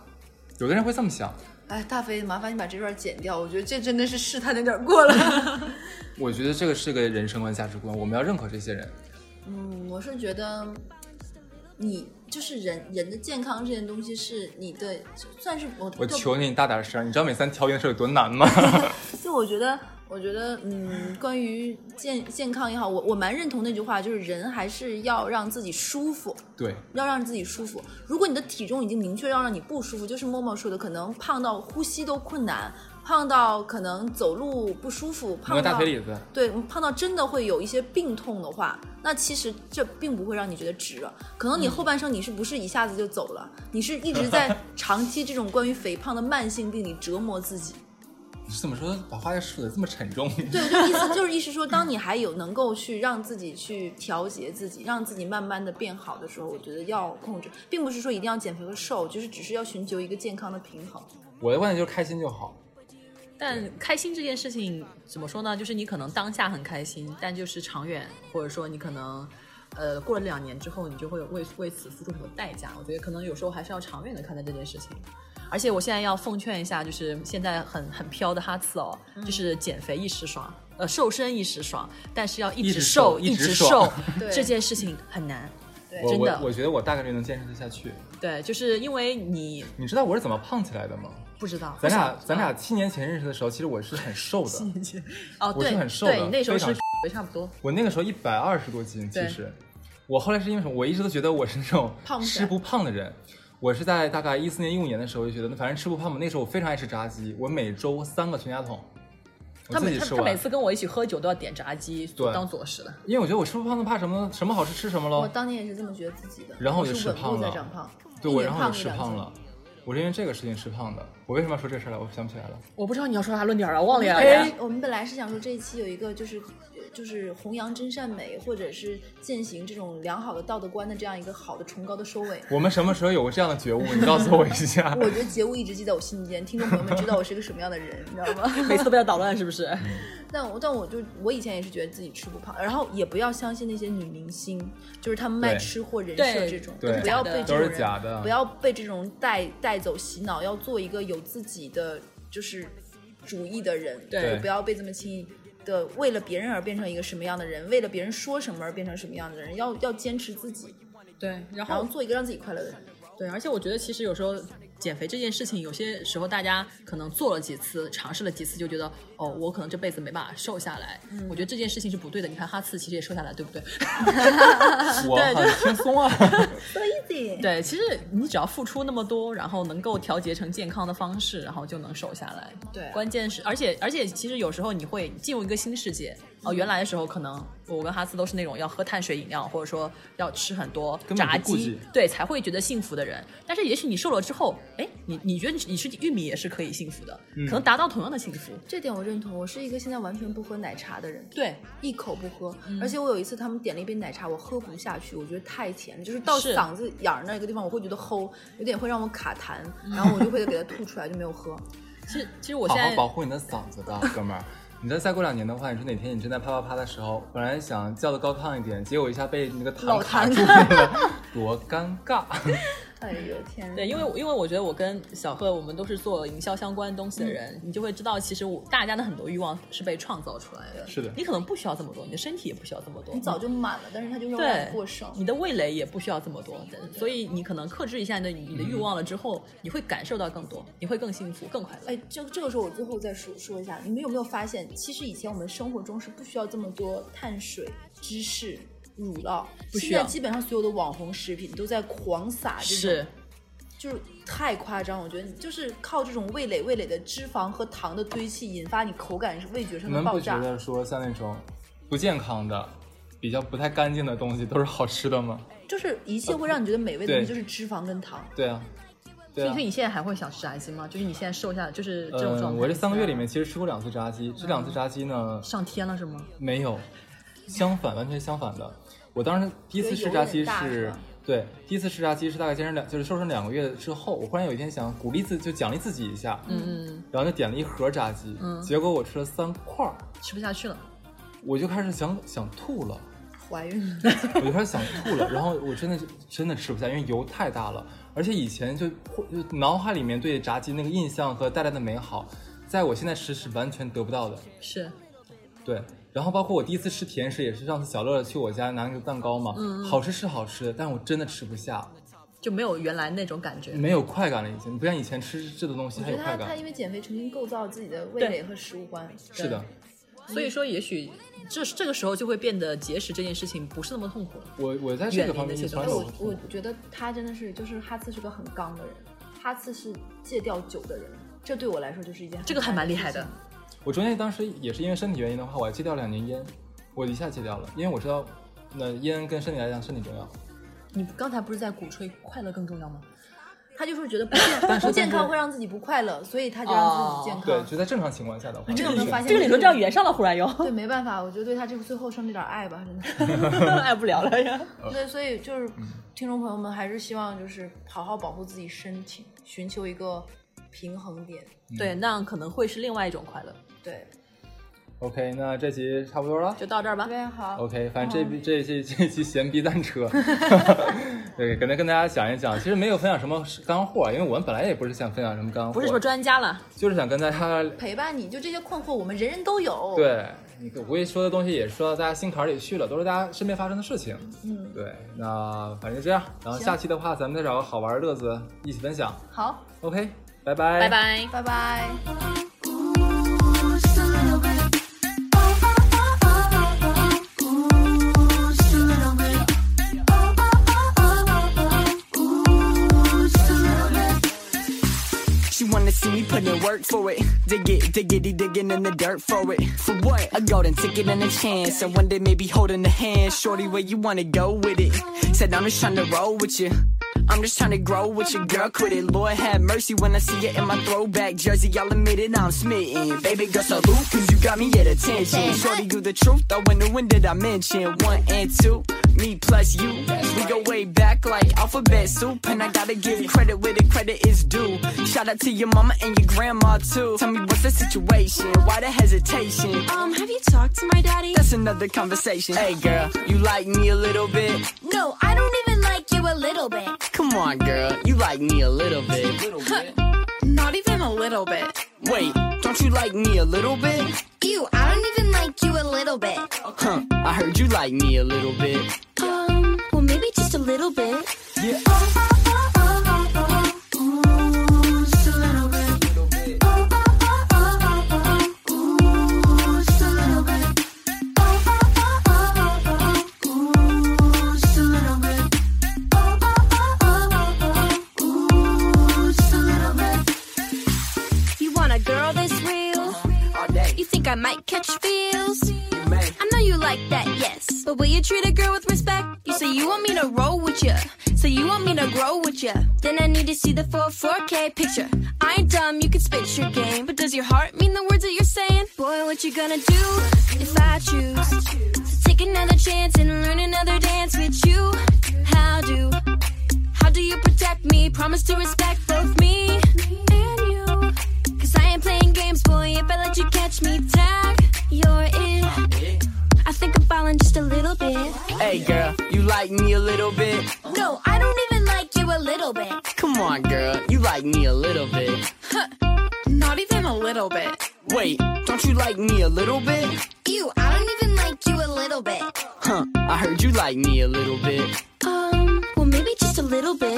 S3: 有的人会这么想，
S4: 哎，大飞，麻烦你把这段剪掉，我觉得这真的是试探的有点过了。 <laughs>
S3: 我觉得这个是个人生观、价值观，我们要认可这些人。
S4: 嗯，我是觉得你就是人人的健康这件东西是你的，算是我
S3: 我
S4: 就
S3: 求你大点声儿，你知道每三条件是有多难吗？ <laughs>
S4: 就我觉得，我觉得，嗯，关于健健康也好，我我蛮认同那句话，就是人还是要让自己舒服。
S3: 对，
S4: 要让自己舒服。如果你的体重已经明确要让你不舒服，就是默默说的，可能胖到呼吸都困难，胖到可能走路不舒服，
S3: 磨
S4: 胖
S3: 大
S4: 到
S3: 腿里子。
S4: 对胖到真的会有一些病痛的话，那其实这并不会让你觉得值了。可
S3: 嗯
S4: 能你后半生你是不是一下子就走了？你是一直
S3: <laughs>
S4: 在长期这种关于肥胖的慢性病里折磨自己。
S3: 你是怎么说把话又说的这么沉重？
S4: 对，就意思就是意思说，当你还有能够去让自己去调节自己，让自己慢慢的变好的时候，我觉得要控制，并不是说一定要减肥和瘦，就是只是要寻求一个健康的平衡。
S3: <laughs> 我的观点就是开心就好。
S5: 但开心这件事情怎么说呢？就是你可能当下很开心，但就是长远，或者说你可能，呃，过了两年之后，你就会有为为此付出很多代价。我觉得可能有时候还是要长远的看待这件事情。而且我现在要奉劝一下，就是现在很很飘的哈次哦，
S3: 嗯
S5: 就是减肥一时爽，呃，瘦身一时爽，但是要一
S3: 一
S5: 直
S3: 直
S5: 瘦，
S3: 瘦一直
S5: 直
S3: 爽 <laughs>
S5: 瘦
S4: 对，
S5: 这件事情很难。
S3: 我
S5: 真的
S3: 我我觉得我大概率能坚持得下去。
S5: 对，就是因为你
S3: 你知道我是怎么胖起来的吗？
S5: 不知道，
S3: 咱
S5: 我
S3: 俩
S5: 想
S3: 咱俩七年前认识的时候，其实我是很瘦的， <laughs>
S5: 哦，
S3: 我是
S5: 对，
S3: 很瘦的
S5: 对你那时候
S3: 非常
S5: 是差不多，
S3: 我那个时候一百二十多斤，其
S5: 对
S3: 实，我后来是因为什么？我一直都觉得我是那种
S4: 胖不起来
S3: 吃不胖的人。我是在大概一四年、一五年的时候就觉得，反正吃不胖嘛。那时候我非常爱吃炸鸡，我每周三个全家桶，我
S5: 他
S3: 自
S5: 每
S3: 己
S5: 他
S3: 吃
S5: 他每
S3: 完。
S5: 次跟我一起喝酒都要点炸鸡
S3: 对
S5: 当佐食的。
S3: 因为我觉得我吃不胖的怕什么？什么好吃吃什么
S4: 我
S3: 喽？
S4: 当年也是这么觉得自己的，
S3: 哦然后我
S4: 我
S3: 就是吃
S4: 稳
S3: 胖
S4: 步在
S3: 了
S4: 长胖，
S3: 对，
S4: 一
S3: 我
S4: 年
S3: 然后我就
S4: 一
S3: 吃
S4: 两
S3: 胖
S4: 斤
S3: 了。。我是因为这个事情吃胖的。我为什么要说这事儿来？我想不起来了。
S5: 我不知道你要说啥论点啊，忘了
S3: 哎
S5: 呀。
S4: 本来我们本来是想说这一期有一个就是就是弘扬真善美，或者是践行这种良好的道德观的这样一个好的崇高的收
S3: <laughs>
S4: 尾。
S3: 我们什么时候有过这样的觉悟？你告诉我一
S5: <laughs>
S3: 下。
S4: 我觉得节目一直记在我心间，听众朋友们知道我是个什么样的人，你知道吗？
S5: <laughs> 每次都被他捣乱，是不是？
S3: 嗯
S4: 但我但我就我以前也是觉得自己吃不胖，然后也不要相信那些女明星，就是她们卖
S3: 对
S4: 吃货人设
S5: 对
S4: 这种，
S3: 对
S4: 就不要被
S5: 假的
S4: 这种
S3: 都
S4: 人
S3: 是假的
S4: 不要被这种带带走洗脑，要做一个有自己的就是主义的人，
S5: 对
S4: 就不要被这么轻易。的为了别人而变成一个什么样的人，为了别人说什么而变成什么样的人，要要坚持自己，
S5: 对，然
S4: 然后
S5: 后
S4: 做一个让自己快乐的人。
S5: 对，而且我觉得其实有时候减肥这件事情，有些时候大家可能做了几次，尝试了几次，就觉得哦，我可能这辈子没办法瘦下来。我觉得这件事情是不对的。你看哈次其实也瘦下来，对不对？
S3: 我
S5: 对
S3: 很轻松
S5: <laughs>
S3: 啊。
S4: So easy。
S5: 对，其实你只要付出那么多，然后能够调节成健康的方式，然后就能瘦下来。
S4: 对
S5: 关键是，而且而且，其实有时候你会进入一个新世界。哦，原来的时候可能我跟哈斯都是那种要喝碳水饮料，或者说要吃很多
S3: 根本不
S5: 炸
S3: 顾
S5: 鸡
S3: 忌，
S5: 对，才会觉得幸福的人。但是也许你瘦了之后，哎，你你觉得你吃玉米也是可以幸福的，
S3: 嗯
S5: 可能达到同样的幸福。
S4: 这点我认同，我是一个现在完全不喝奶茶的人。
S5: 对，
S4: 一口不喝，
S5: 嗯
S4: 而且我有一次他们点了一杯奶茶，我喝不下去，我觉得太甜了，就是到
S5: 是
S4: 嗓子眼儿那个地方，我会觉得齁，有点会让我卡痰，
S5: 嗯
S4: 然后我就会给它吐出来，就没有
S5: <laughs>
S4: 喝。
S5: 其实其实我
S3: 好
S5: 现
S3: 好
S5: 在
S3: 保护你的嗓子
S5: <laughs>
S3: 吧，哥们儿。你再再过两年的话，你说哪天你正在啪啪啪的时候，本来想叫的高亢一点，结果一下被那个痰
S4: 老
S3: 卡
S4: 痰
S3: 住
S5: <laughs>
S3: 了，多尴尬！
S4: 哎呦天
S5: 对，因为我因为我觉得我跟小贺，我们都是做营销相关东西的人，
S3: 嗯
S5: 你就会知道，其实我大家的很多欲望是被创造出来的。
S3: 是的
S5: 你可能不需要这么多，你的身体也不需要这么多，
S4: 你早就满了，但是它就让
S5: 对
S4: 我过剩。
S5: 你的味蕾也不需要这么多，所以你可能克制一下你的你的欲望了之后，你会感受到更多，你会更幸福、更快乐。
S4: 哎，这这个时候我最后再说说一下，你们有没有发现，其实以前我们生活中是不需要这么多碳水、芝士、乳酪，
S5: 不需
S4: 现在
S5: 要
S4: 基本上所有的网红食品都在狂撒
S3: 啊
S4: 这种
S5: 是，
S4: 就是太夸张，我觉得你就是靠这种味蕾味蕾的脂肪和糖的堆砌，引发你口感味觉
S3: 你
S4: 上的
S3: 们
S4: 爆
S3: 不觉
S4: 炸。
S3: 得说像那种不健康的、比较不太干净的东西都是好吃的吗？
S4: 就是一切会让你觉得美味的
S3: 对
S4: 东西，就是脂肪跟糖。
S3: 对啊，对
S5: 所以
S3: 啊
S5: 所以。你现在还会想吃炸鸡吗？就是你现在瘦下来，就是啊嗯这种状
S3: 嗯，
S5: 态。
S3: 我这三个月里面其实吃过两次炸鸡，这两次炸鸡呢
S5: 上天了是吗？
S3: 没有，相反，完全相反的。我当时第一次吃炸鸡
S4: 觉得油有点
S3: 是
S4: 大是吧，
S3: 对，第一次吃炸鸡是大概健身两，就是瘦身两个月之后，我忽然有一天想鼓励自己，就奖励自己一下，
S5: 嗯，
S3: 然后就点了一盒炸鸡，
S5: 嗯
S3: 结果我吃了三块儿，
S5: 吃不下去了。
S3: 我就开始想想吐了，
S4: 怀孕了，
S3: 我就开始想吐了，然后我真的是真的吃不下，因为油太大了，而且以前就就脑海里面对炸鸡那个印象和带来的美好，在我现在吃是完全得不到的，
S5: 是，
S3: 对。然后包括我第一次吃甜食也是上次小乐去我家拿那个蛋糕嘛，
S4: 嗯
S3: 好吃是好吃，但我真的吃不下，
S5: 就没有原来那种感觉。
S3: 没有快感了已经，不像以前吃这的东西
S4: 我
S3: 还
S4: 觉
S3: 有
S4: 得
S3: 快
S4: 他他
S3: 感。
S4: 因为减肥重新构造自己的味蕾和食物观。
S3: 是的，
S5: 所以说，也许这这个时候就会变得节食这件事情不是那么痛苦了。
S3: 我我在
S5: 远
S3: 这个
S5: 离
S3: 方
S5: 那
S3: 面
S5: 些
S3: 从来
S4: 哎，
S3: 没有
S4: 我我觉得他真的是，就是哈次是个很刚的人，哈次是戒掉酒的人，这对我来说就是一件很
S5: 这个还蛮厉害的
S4: 难事情。
S3: 我中间当时也是因为身体原因的话，我还戒掉两年烟，我一下戒掉了，因为我知道，那烟跟身体来讲身体重要。
S5: 你刚才不是在鼓吹快乐更重要吗？
S4: 他就是觉得不健不健康会让自己不快乐，所以他就让自己健
S3: 对，
S4: 康。
S3: 就在正常情况下的话，
S4: 你有
S3: 就
S4: 没有
S3: 是
S4: 发现
S5: 这个理论叫圆上了，忽然又 <laughs>
S4: 对，没办法，我觉得对他这个最后剩这点爱吧，真的。
S5: 爱不了了呀。
S4: 对，所以就是听众朋友们，还是希望就是好好保护自己身体，寻求一个平衡点。
S5: 对，那样可能会是另外一种快乐。
S4: 对，
S3: OK，那这集差不多了。
S5: 就到这儿吧
S4: 特。别好。
S3: OK，反正这这这这期闲逼单 <laughs> 车，对，可能跟大家讲一讲，其实没有分享什么干货，啊因为我们本来也不是想分享什么干货，
S5: 不是说专家了，
S3: 就是想跟大家
S4: 陪伴你，就这些困惑，我们人人都有。，
S3: 对，你我会说的东西也说到大家心坎儿里去了，都是大家身边发生的事情。嗯，对，那反正就这样，然后下期的话，咱们再找个好玩儿的乐子一起分享。
S4: 好，
S3: OK，拜拜，
S5: 拜。拜。
S4: 拜拜。
S2: Just a little bit. Oh, oh, oh, oh, oh, oh. Ooh, just a little bit.
S1: put in work for it. Dig it, diggity, digging in the dirt for it. For what? A golden ticket and a chance. And one day maybe holding the hand. Shorty, where you wanna go with it? Said, I'm just trying to roll with you. I'm just trying to grow with your girl, quit it. Lord have mercy when I see it in my throwback jersey. Y'all admit it, I'm smitten. Baby girl, salute, cause you got me at attention. Shorty, you the truth, though, when the one did I mention? One and two, me plus you. We go way back like alphabet soup, and I gotta give credit where the credit is due. Shout out to your mama and your grandma, too. Tell me what's the situation? Why the hesitation?
S2: Um, have you talked to my daddy?
S1: That's another conversation. Hey, girl, you like me a little bit?
S2: No, I don't even like you a little bit.
S1: Come on, girl, you like me a little bit. <laughs>
S4: Not even a little bit.
S1: Wait, don't you like me a little bit?
S2: Ew, I don't even like you a little bit.
S1: Huh, I heard you like me a little bit.
S2: Um, well, maybe just a little bit.
S1: Yeah.
S2: You want a girl that's real?
S1: All day.
S2: You think I might catch feels?
S1: Man,
S2: I know you like that, yes. But will you treat a girl with respect? You say you want me to roll with ya. So you want me to grow with ya. Then I need to see the full 4K picture. I ain't dumb, you can spit your game. But does your heart mean the words that you're saying? Boy, what you gonna do if I choose to take another chance and learn another dance with you? How do? How do you protect me? Promise to respect both me and you. Cause I ain't playing games, boy. If I let you catch me, tag, you're it. I think I'm falling just a little bit.
S1: Hey, girl, you like me a little bit?
S2: No, I don't even like you a little bit.
S1: Come on, girl, you like me a little bit.
S4: <laughs> Not even a little bit.
S1: Wait, don't you like me a little bit?
S2: Ew, I don't even like you a little bit.
S1: Huh, I heard you like me a little bit.
S2: Um, well, maybe just a little bit.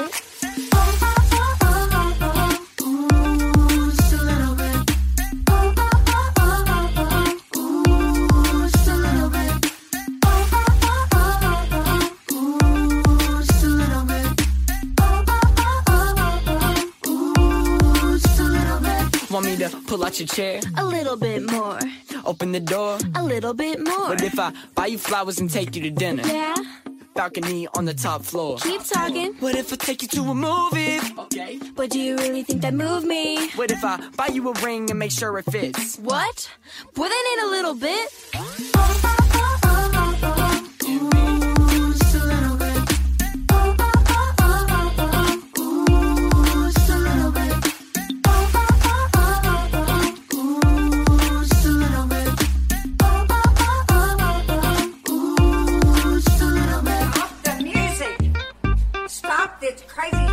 S1: Want me to pull out your chair,
S2: A little bit more.
S1: open the door?
S2: A little bit more.
S1: But if I buy you flowers and take you to dinner?
S2: Yeah,
S1: Balcony on the top floor.
S2: keep talking.
S1: What if I take you to a movie? Okay.
S2: But do you really think that moved me?
S1: What if I buy you a ring and make sure it fits?
S2: What? Well, that ain't a little bit.
S6: Stop the music! Stop this crazy